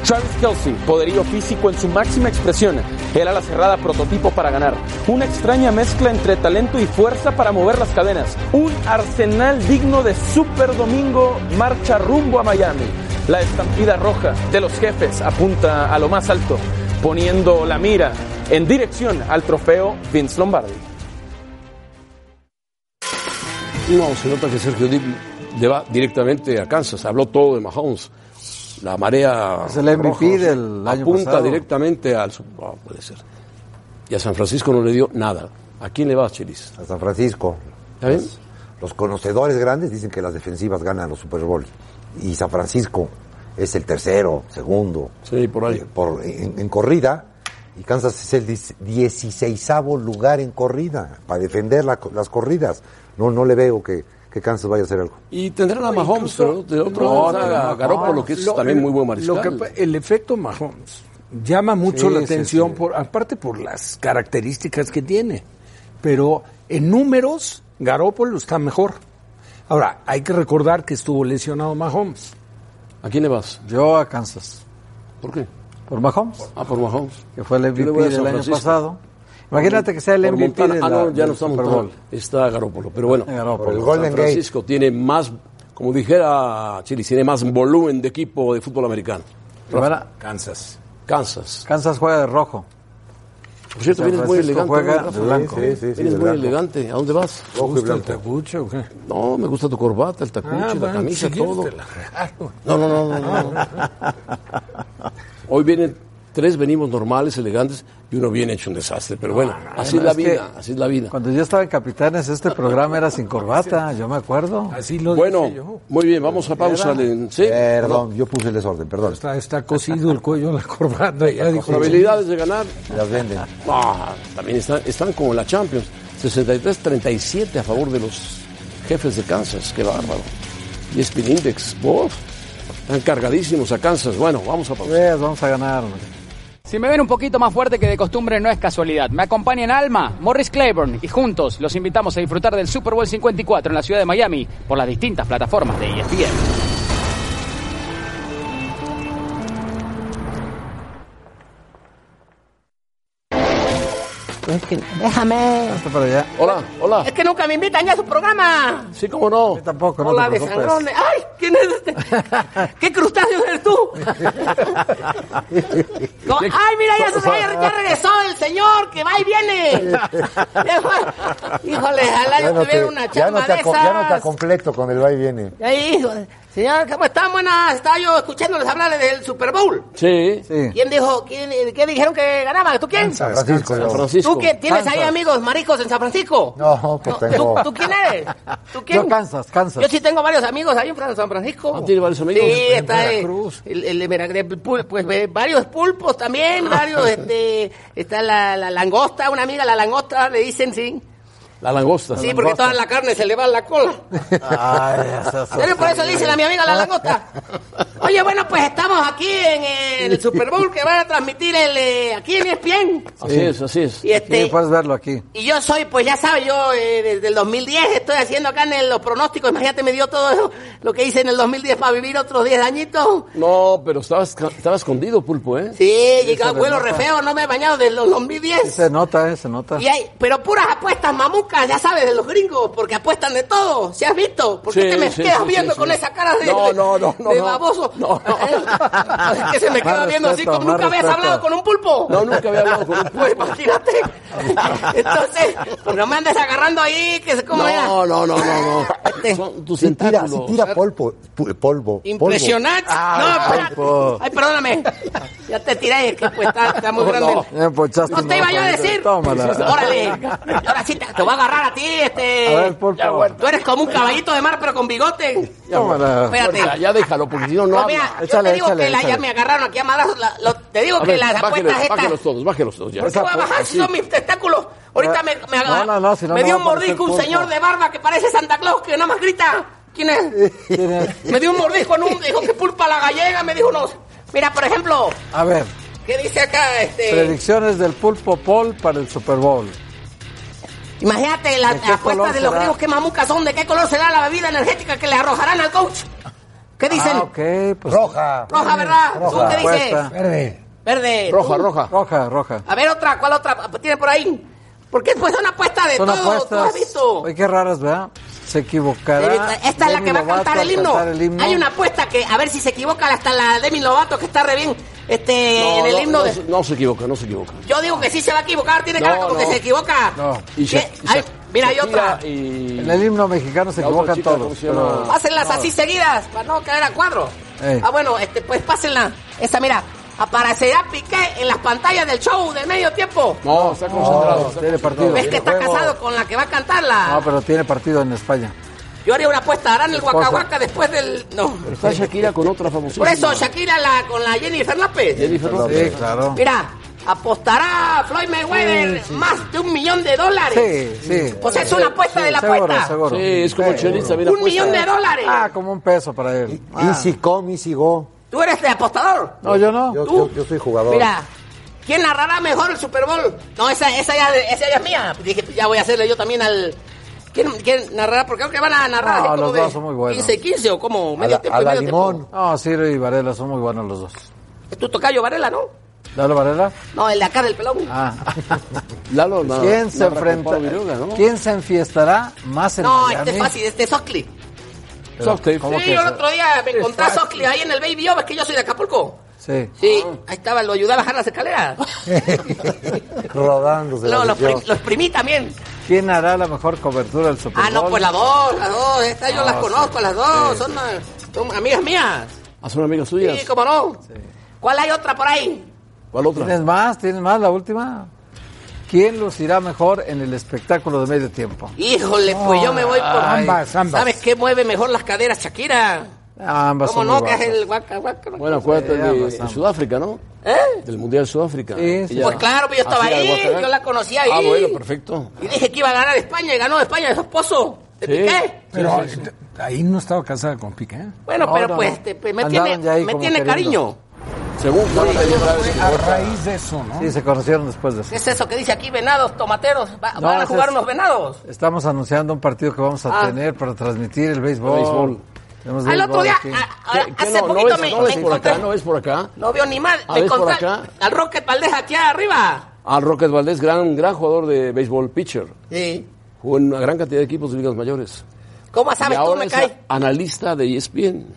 Speaker 8: Travis Kelsey, poderío físico en su máxima expresión, era la cerrada prototipo para ganar. Una extraña mezcla entre talento y fuerza para mover las cadenas. Un arsenal digno de Super Domingo marcha rumbo a Miami. La estampida roja de los jefes apunta a lo más alto, poniendo la mira en dirección al trofeo Vince Lombardi.
Speaker 2: No, se nota que Sergio Dip le va directamente a Kansas. Habló todo de Mahomes. La marea.
Speaker 3: Es el MVP
Speaker 2: roja,
Speaker 3: del año
Speaker 2: apunta
Speaker 3: pasado.
Speaker 2: directamente al. Super- No, puede ser. Y a San Francisco no le dio nada. ¿A quién le va, Chelis?
Speaker 7: A San Francisco.
Speaker 2: ¿Está bien?
Speaker 7: Los, los conocedores grandes dicen que las defensivas ganan los Super Bowl. Y San Francisco es el tercero, segundo.
Speaker 2: Sí, por ahí.
Speaker 7: eh, por- en, en corrida. Y Kansas es el dis- 16avo lugar en corrida, para defender la- las corridas. No, no le veo que, que Kansas vaya a hacer algo.
Speaker 2: Y tendrán a Mahomes, pero de otro
Speaker 5: No,
Speaker 2: lado
Speaker 5: no,
Speaker 2: está
Speaker 5: no, no.
Speaker 2: Garoppolo, que es también muy buen mariscal.
Speaker 5: lo que pa- el efecto Mahomes llama mucho
Speaker 3: Sí,
Speaker 5: la
Speaker 3: sí,
Speaker 5: atención,
Speaker 3: sí.
Speaker 5: Por, aparte por las características que tiene. Pero en números, Garópolo está mejor. Ahora, hay que recordar que estuvo lesionado Mahomes.
Speaker 2: ¿A quién le vas?
Speaker 3: Yo a Kansas.
Speaker 2: ¿Por qué?
Speaker 3: Por Mahomes,
Speaker 2: Ah, por Mahomes.
Speaker 3: que fue el
Speaker 2: Yo le voy a
Speaker 3: MVP del
Speaker 2: San
Speaker 3: año
Speaker 2: Francisco.
Speaker 3: pasado. Imagínate que sea el
Speaker 2: Por
Speaker 3: MVP
Speaker 2: Montana.
Speaker 3: de
Speaker 2: Ah,
Speaker 3: la-
Speaker 2: no, ya no
Speaker 3: del
Speaker 2: está
Speaker 3: Super
Speaker 2: Montana.
Speaker 3: Bowl.
Speaker 2: Está Garópolo, pero bueno.
Speaker 3: Garoppolo.
Speaker 7: Por el
Speaker 2: San
Speaker 7: Golden Gate.
Speaker 2: Francisco tiene más, como dijera Chelis, tiene más volumen de equipo de fútbol americano.
Speaker 3: Y van a-
Speaker 5: Kansas.
Speaker 2: Kansas.
Speaker 3: Kansas juega de rojo.
Speaker 2: Por cierto,
Speaker 3: San
Speaker 2: vienes muy
Speaker 3: Francisco
Speaker 2: elegante.
Speaker 3: juega
Speaker 2: ¿no, Rafa?
Speaker 3: de blanco.
Speaker 7: Sí, sí, sí,
Speaker 2: Vienes
Speaker 7: de blanco.
Speaker 2: muy elegante. ¿A dónde vas?
Speaker 7: Rojo y
Speaker 5: ¿Gusta el
Speaker 7: blanco.
Speaker 5: tacuche o qué?
Speaker 2: No, me gusta tu corbata, el tacuche,
Speaker 5: Ah,
Speaker 2: la
Speaker 5: bueno,
Speaker 2: camisa,
Speaker 5: sí,
Speaker 2: todo.
Speaker 5: llévatela, claro.
Speaker 2: No, no, no, no, no, no. Hoy vienen tres, venimos normales, elegantes, y uno viene hecho un desastre. Pero bueno, así es
Speaker 3: no,
Speaker 2: la
Speaker 3: es que-
Speaker 2: vida, así es la vida.
Speaker 3: Cuando yo estaba en Capitanes, este programa era sin corbata, yo me acuerdo.
Speaker 5: Así lo dije
Speaker 2: Bueno,
Speaker 5: yo.
Speaker 2: muy bien, vamos a pausa. Len- Sí,
Speaker 7: Perdón, yo puse el desorden, perdón.
Speaker 5: Está, está cosido el cuello, la corbata. Ya dijo,
Speaker 2: probabilidades de ganar.
Speaker 7: Las venden.
Speaker 2: Ah, también están, están como en la Champions. 63-37 a favor de los jefes de Kansas. Qué bárbaro. Y Spin Index. ¡Bof! Están cargadísimos a Kansas. Bueno, vamos a pausar.
Speaker 3: Pues, vamos a ganar. hombre.
Speaker 13: Si me ven un poquito más fuerte que de costumbre no es casualidad. Me acompañan Alma, Morris Claiborne y juntos los invitamos a disfrutar del Super Bowl 54 en la ciudad de Miami por las distintas plataformas de E ESPN.
Speaker 14: Déjame.
Speaker 3: Hasta para allá.
Speaker 2: Hola, hola.
Speaker 14: Es que nunca me invitan ya a su programa.
Speaker 2: Sí, cómo no.
Speaker 3: Yo tampoco, no
Speaker 14: Hola,
Speaker 3: te
Speaker 14: de
Speaker 3: preocupes.
Speaker 14: sangrones. ¡Ay! ¿Quién es este? ¿Qué crustáceo eres tú? No, ay, mira, ya, se, ya, ya regresó el señor, que va y viene. Ya fue. Híjole, ojalá yo
Speaker 4: no
Speaker 14: tuviera
Speaker 4: te-
Speaker 14: una
Speaker 4: ya no
Speaker 14: chamba
Speaker 4: te
Speaker 14: de
Speaker 4: aco- ya no te
Speaker 14: esas.
Speaker 4: completo con el va y viene.
Speaker 14: Ahí, híjole. señor, ¿cómo están? Buenas, estaba yo escuchándoles hablar del Super Bowl.
Speaker 2: Sí.
Speaker 14: ¿Quién dijo? ¿Quién, ¿Qué dijeron que ganaba? ¿Tú quién?
Speaker 4: San Francisco.
Speaker 2: San Francisco.
Speaker 14: ¿Tú quién? ¿Tienes ahí
Speaker 2: Kansas.
Speaker 14: amigos maricos en San Francisco?
Speaker 4: No, pues
Speaker 14: ¿Tú,
Speaker 4: tengo.
Speaker 14: tú quién eres? ¿Tú quién?
Speaker 3: Yo Kansas, Kansas.
Speaker 14: Yo sí tengo varios amigos ahí en Fran- San Francisco.
Speaker 3: Ah, ¿tiene varios amigos?
Speaker 14: Sí,
Speaker 3: En
Speaker 14: está eh,
Speaker 3: Veracruz.
Speaker 14: el, el de Veracruz, pul- pues ve- varios pulpos también,
Speaker 3: Ah.
Speaker 14: varios, este, está la, la langosta, una amiga la langosta, le dicen, sí.
Speaker 2: La langosta.
Speaker 14: Sí, porque toda la carne se le va a la cola.
Speaker 3: Ah.
Speaker 14: Pero por eso le dicen a mi amiga la langosta. Oye, bueno, pues estamos aquí en el Super Bowl que van a transmitir el, eh, aquí en ESPN.
Speaker 2: Así es, así es.
Speaker 14: Y este-
Speaker 3: Sí, puedes verlo aquí.
Speaker 14: Y yo soy, pues ya sabes, yo eh, desde el 2010 estoy haciendo acá en el- los pronósticos. Imagínate, me dio todo eso, lo que hice en el 2010 para vivir otros 10 añitos.
Speaker 2: No, pero estabas, ca- estaba escondido, Pulpo, ¿eh?
Speaker 14: Sí, llegaba
Speaker 3: se
Speaker 14: vuelo re
Speaker 3: nota.
Speaker 14: feo, no me he bañado desde los 2010.
Speaker 3: Se nota, eh, se nota.
Speaker 14: Y hay, pero puras apuestas mamucas, ya sabes, de los gringos, porque apuestan de todo. ¿Se has visto? ¿Por qué
Speaker 2: Sí,
Speaker 14: te me
Speaker 2: sí,
Speaker 14: quedas
Speaker 2: sí,
Speaker 14: viendo
Speaker 2: sí,
Speaker 14: con
Speaker 2: sí.
Speaker 14: esa cara de,
Speaker 2: No, no, no, no,
Speaker 14: de
Speaker 2: no.
Speaker 14: baboso? Es que se me queda
Speaker 3: Más
Speaker 14: viendo así
Speaker 3: respeto,
Speaker 14: como nunca
Speaker 3: más
Speaker 14: habías
Speaker 3: respeto.
Speaker 14: hablado con un pulpo.
Speaker 2: No, nunca había hablado con un
Speaker 14: Pues imagínate. Entonces, pues no me andes agarrando ahí, que se como era.
Speaker 2: No, no, no, no, no. Son tus
Speaker 7: Sí tira,
Speaker 2: tentáculos.
Speaker 7: sí tira polvo, pu- polvo. Ah,
Speaker 14: Impresionante. no, espérate. Ay, perdóname. Ya te tiré, que pues está, está muy
Speaker 3: No,
Speaker 14: grande.
Speaker 3: no. eh, pues Me empochaste
Speaker 14: No te
Speaker 3: una
Speaker 14: iba yo a
Speaker 3: hojita.
Speaker 14: decir.
Speaker 3: Tómala.
Speaker 14: Órale. Ahora sí te, te voy a agarrar a ti, este.
Speaker 3: A ver, por
Speaker 14: Ya,
Speaker 3: favor.
Speaker 14: bueno. Tú eres como un caballito de mar, pero con bigote.
Speaker 3: Tómala.
Speaker 14: Espérate.
Speaker 2: Ya, ya déjalo, porque si no, no
Speaker 14: No,
Speaker 2: habla.
Speaker 14: mira, yo
Speaker 3: Échale,
Speaker 14: te digo
Speaker 3: échale,
Speaker 14: que la- ya
Speaker 3: échale.
Speaker 14: me agarraron aquí a madrazos. La- lo- te digo
Speaker 2: A
Speaker 14: que
Speaker 2: ver,
Speaker 14: las
Speaker 2: bájelos,
Speaker 14: apuestas
Speaker 2: bájelos
Speaker 14: estas. Pues
Speaker 2: todos, bájelos todos ya.
Speaker 14: ¿Por qué voy a bajar si son mis tentáculos? Ahorita me, me,
Speaker 3: No, no, no, si no,
Speaker 14: me
Speaker 3: no
Speaker 14: dio
Speaker 3: va
Speaker 14: un
Speaker 3: a aparecer
Speaker 14: mordisco un
Speaker 3: pulpo.
Speaker 14: señor de barba que parece Santa Claus que nada más grita. ¿Quién es?
Speaker 3: ¿Quién es?
Speaker 14: Me dio un mordisco en un, dijo que pulpa la gallega, me dijo unos. Mira, por ejemplo,
Speaker 3: A ver,
Speaker 14: ¿qué dice acá? Este,
Speaker 3: predicciones del Pulpo Paul para el Super Bowl.
Speaker 14: imagínate las
Speaker 3: ¿De qué
Speaker 14: apuestas
Speaker 3: color
Speaker 14: de los
Speaker 3: será?
Speaker 14: gringos, qué mamucas son, de qué color será la bebida energética que le arrojarán al coach. ¿Qué dicen?
Speaker 3: Ah, ok, pues.
Speaker 4: Roja.
Speaker 14: Roja, ¿verdad?
Speaker 4: Roja.
Speaker 14: ¿Tú qué dices?
Speaker 3: Apuesta.
Speaker 4: Verde.
Speaker 14: Verde.
Speaker 2: Roja,
Speaker 14: ¿Tú?
Speaker 2: roja.
Speaker 3: Roja, roja.
Speaker 14: A ver, otra, ¿cuál otra tiene por ahí? Porque pues son apuestas de
Speaker 3: Son
Speaker 14: todo, tú has
Speaker 3: apuestas.
Speaker 14: visto.
Speaker 3: Oye, qué raras, ¿verdad? Se equivocará.
Speaker 14: Oh. Esta es la
Speaker 3: Demi
Speaker 14: que va a
Speaker 3: Lovato
Speaker 14: cantar el himno.
Speaker 3: cantar el himno.
Speaker 14: Hay una apuesta que, a ver si se equivoca hasta la Demi Lovato, que está re bien este,
Speaker 2: No,
Speaker 14: en el
Speaker 2: no,
Speaker 14: himno.
Speaker 2: no,
Speaker 14: de-
Speaker 2: se- no se equivoca, no se equivoca.
Speaker 14: Yo digo que sí se va a equivocar, tiene cara
Speaker 2: No,
Speaker 14: como
Speaker 2: no.
Speaker 14: que se equivoca.
Speaker 3: No.
Speaker 2: Y
Speaker 14: ¿Qué?
Speaker 2: Sha- y
Speaker 14: Ay,
Speaker 2: Sha-
Speaker 14: mira, hay
Speaker 2: Shakira
Speaker 14: otra.
Speaker 2: y-
Speaker 3: En el himno mexicano se
Speaker 2: La otra
Speaker 3: equivocan
Speaker 2: chica, ¿cómo
Speaker 3: todos.
Speaker 2: se llama?
Speaker 3: pero-
Speaker 14: Pásenlas así seguidas, para no caer a cuadro.
Speaker 3: Ey.
Speaker 14: Ah, bueno, este, pues pásenla. Esa, mira, aparecerá Piqué en las pantallas del show del medio tiempo.
Speaker 2: No, está concentrado. está
Speaker 3: tiene
Speaker 2: concentrado.
Speaker 3: partido.
Speaker 14: ¿Ves que está
Speaker 3: Juego.
Speaker 14: casado con la que va a cantarla?
Speaker 3: No, pero tiene partido en España.
Speaker 14: Yo haría una apuesta, harán el
Speaker 3: Esposa.
Speaker 14: guacahuaca después del... No.
Speaker 2: Pero está Shakira con otra famosísima.
Speaker 14: Por eso Shakira la, con la Jennifer López.
Speaker 2: Jennifer López.
Speaker 3: Sí, claro.
Speaker 14: Mira, apostará Floyd Mayweather más de un millón de dólares.
Speaker 3: Sí, sí.
Speaker 14: O sea, Pues es una apuesta
Speaker 3: Sí,
Speaker 14: de la
Speaker 3: seguro,
Speaker 14: apuesta.
Speaker 3: seguro.
Speaker 2: Sí, es como el
Speaker 3: Seguro.
Speaker 2: chelista, mira.
Speaker 14: Un millón de dólares.
Speaker 3: Ah, como un peso para él.
Speaker 7: Easy come, easy go.
Speaker 14: ¿Tú eres de apostador?
Speaker 3: No, yo no.
Speaker 7: Yo,
Speaker 14: Tú.
Speaker 7: yo- yo soy jugador.
Speaker 14: Mira, ¿quién narrará mejor el Super Bowl? No, esa, esa, ya, esa ya es mía. Dije, pues ya voy a hacerle yo también al... ¿Quién, quién narrará? Porque creo que van a narrar
Speaker 3: No,
Speaker 14: así como
Speaker 3: los
Speaker 14: de
Speaker 3: dos son muy buenos.
Speaker 14: 15, 15 o como
Speaker 7: a
Speaker 14: medio
Speaker 7: la,
Speaker 14: tiempo
Speaker 7: a
Speaker 14: y
Speaker 7: la
Speaker 14: medio
Speaker 7: limón.
Speaker 3: No, Ciro y Varela son muy buenos los dos.
Speaker 14: tiempo. Tú tocayo Varela, ¿no?
Speaker 3: ¿Dale, Varela?
Speaker 14: No, el de acá del pelón.
Speaker 3: Ah.
Speaker 2: Lalo, la-
Speaker 3: ¿Quién se
Speaker 2: narra con
Speaker 3: enfrenta?
Speaker 2: Pablo Viruga, ¿no?
Speaker 3: ¿Quién se enfiestará más en
Speaker 14: no,
Speaker 3: Miami?
Speaker 14: este es fácil, este es Sockley.
Speaker 3: Pero,
Speaker 2: Softly.
Speaker 3: ¿cómo
Speaker 14: Sí,
Speaker 3: que
Speaker 14: yo el
Speaker 3: se-
Speaker 14: otro día me encontré a Sockley ahí en el Baby O, es que yo soy de Acapulco.
Speaker 3: Sí.
Speaker 14: Sí, ahí estaba, lo ayudaba a bajar las escaleras.
Speaker 7: Rodándose.
Speaker 14: Luego
Speaker 7: la
Speaker 14: los,
Speaker 7: lesión.
Speaker 14: prim- los primí también.
Speaker 3: ¿Quién hará la mejor cobertura del Super Bowl?
Speaker 14: Ah, no, pues las dos, las dos, estas
Speaker 3: Ah,
Speaker 14: yo las conozco, las dos, son, ah, son amigas mías.
Speaker 2: Ah, son amigas
Speaker 14: Sí,
Speaker 2: suyas.
Speaker 14: cómo no. ¿Cuál hay otra por ahí?
Speaker 2: ¿Cuál otra?
Speaker 3: ¿Tienes más? ¿Tienes más? La última. ¿Quién lucirá mejor en el espectáculo de medio tiempo?
Speaker 14: Híjole, pues yo me voy por
Speaker 3: Ay.
Speaker 5: Ambas, ambas.
Speaker 14: ¿Sabes qué mueve mejor las caderas, Shakira?
Speaker 3: Ah, Ambas
Speaker 14: ¿Cómo
Speaker 3: son
Speaker 14: no?
Speaker 3: muy
Speaker 14: Que es
Speaker 3: guapas.
Speaker 14: el guaca, guaca, guaca.
Speaker 2: Bueno, acuérdate
Speaker 3: Sí,
Speaker 2: de,
Speaker 3: ambas,
Speaker 2: de
Speaker 3: ambas.
Speaker 2: Sudáfrica, ¿no?
Speaker 14: Pues, ¿Eh?
Speaker 2: Del Mundial de Sudáfrica.
Speaker 3: Sí, sí.
Speaker 2: Ella-
Speaker 14: Pues claro, pues yo estaba
Speaker 2: Hacía
Speaker 14: ahí,
Speaker 2: guacarear.
Speaker 14: yo la conocí ahí.
Speaker 2: Ah, bueno, perfecto.
Speaker 14: Y dije que iba a ganar España, y ganó España de su esposo, de
Speaker 2: Sí.
Speaker 14: Piqué.
Speaker 5: Pero ahí no estaba casada con Piqué. ¿eh?
Speaker 14: Bueno,
Speaker 3: No,
Speaker 14: pero
Speaker 3: no,
Speaker 14: pues,
Speaker 3: no.
Speaker 14: este, pues, me
Speaker 3: Andaban ya
Speaker 14: tiene,
Speaker 3: ahí
Speaker 14: me
Speaker 3: como
Speaker 14: tiene
Speaker 3: queriendo.
Speaker 14: cariño.
Speaker 2: Según Juan Reyes Bravo,
Speaker 5: A raíz de eso, ¿no?
Speaker 3: Sí, se conocieron después de eso.
Speaker 14: ¿Qué es eso que dice aquí? Venados, tomateros. Va-
Speaker 3: No,
Speaker 14: ¿Van a
Speaker 3: ese
Speaker 14: jugar
Speaker 3: es-
Speaker 14: unos venados?
Speaker 3: Estamos anunciando un partido que vamos a
Speaker 14: Ah.
Speaker 3: tener para transmitir el béisbol.
Speaker 2: Béisbol.
Speaker 3: Tenemos
Speaker 14: Al
Speaker 3: béisbol
Speaker 14: otro día,
Speaker 3: aquí.
Speaker 14: a-
Speaker 2: ¿qué-
Speaker 14: a-
Speaker 2: qué
Speaker 14: hace
Speaker 2: no,
Speaker 14: poquito
Speaker 2: no
Speaker 14: me,
Speaker 2: ves, no
Speaker 14: me
Speaker 2: ves por
Speaker 14: encontré.
Speaker 2: acá, no ves por acá.
Speaker 14: No veo ni mal.
Speaker 2: ¿Ah,
Speaker 14: Me
Speaker 2: ves por
Speaker 14: encontré
Speaker 2: acá?
Speaker 14: al Rocket Valdés aquí arriba.
Speaker 2: A Rocket Valdés, gran, gran jugador de béisbol pitcher.
Speaker 14: Sí.
Speaker 2: Jugó en una gran cantidad de equipos de ligas mayores.
Speaker 14: ¿Cómo
Speaker 2: Y
Speaker 14: sabes tú,
Speaker 2: ahora
Speaker 14: me
Speaker 2: es
Speaker 14: cae?
Speaker 2: analista de E ESPN.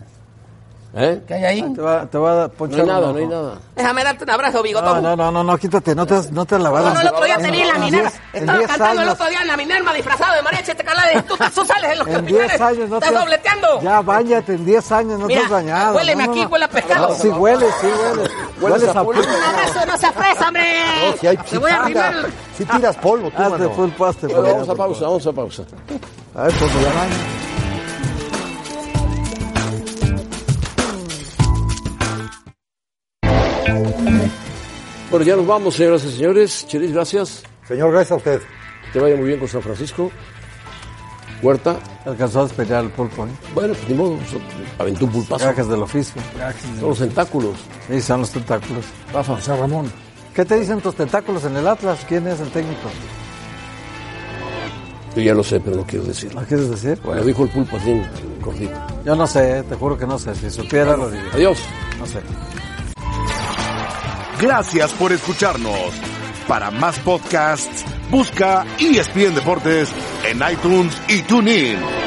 Speaker 2: ¿Eh?
Speaker 14: ¿Qué hay ahí?
Speaker 3: Te va, te va a
Speaker 2: No hay
Speaker 3: ponchar un
Speaker 2: nada,
Speaker 3: ojo.
Speaker 2: no hay nada.
Speaker 14: Déjame darte un abrazo,
Speaker 3: No,
Speaker 14: bigotón.
Speaker 3: no, no, no, no, quítate, no te has, no te has lavado.
Speaker 14: No, no, el otro día
Speaker 3: En-
Speaker 14: tenía la
Speaker 3: en
Speaker 14: Minerva.
Speaker 3: diez- en
Speaker 14: Estaba
Speaker 3: diez
Speaker 14: cantando el
Speaker 3: años-
Speaker 14: otro día en la Minerva disfrazado de mariachi este calade. Tú, tú sales en los
Speaker 3: En
Speaker 14: capitanes.
Speaker 3: 10 años no
Speaker 14: estás
Speaker 3: te has-
Speaker 14: dobleteando.
Speaker 3: Ya, bañate, en 10 años no te
Speaker 14: Mira,
Speaker 3: has bañado.
Speaker 14: huéleme
Speaker 3: No, no,
Speaker 14: aquí,
Speaker 3: no.
Speaker 14: huele a pescado.
Speaker 3: No, sí huele, sí huele. Hueles a pulpo.
Speaker 14: Un abrazo, no seas fresa, hombre.
Speaker 3: No, si hay
Speaker 14: Te voy a arrimar el...
Speaker 7: Si tiras polvo, tú,
Speaker 3: Hazte
Speaker 7: mano.
Speaker 3: full paste.
Speaker 2: Bueno, vamos a pausa, vamos a pausa.
Speaker 3: A ver, pues, ya baño.
Speaker 2: Bueno, ya nos vamos, señoras y señores. Chelis, gracias.
Speaker 7: Señor, gracias a usted.
Speaker 2: Que te vaya muy bien con San Francisco. Huerta.
Speaker 3: Alcanzó a despellar el pulpo, ¿eh?
Speaker 2: Bueno, pues ni modo. so- Aventó un pulpazo.
Speaker 3: Gajes del oficio.
Speaker 2: Son los tentáculos.
Speaker 3: Sí, son los tentáculos.
Speaker 2: Rafa.
Speaker 5: José Ramón.
Speaker 3: ¿Qué te dicen tus tentáculos en el Atlas? ¿Quién es el técnico?
Speaker 2: Yo ya lo sé, pero no quiero decirlo.
Speaker 3: ¿Lo quieres decir?
Speaker 2: Lo dijo el pulpo así en en cortito.
Speaker 3: Yo no sé, te juro que no sé. Si supiera, lo diría.
Speaker 2: Adiós.
Speaker 3: No sé.
Speaker 1: Gracias por escucharnos. Para más podcasts, busca ESPN Deportes en iTunes y TuneIn.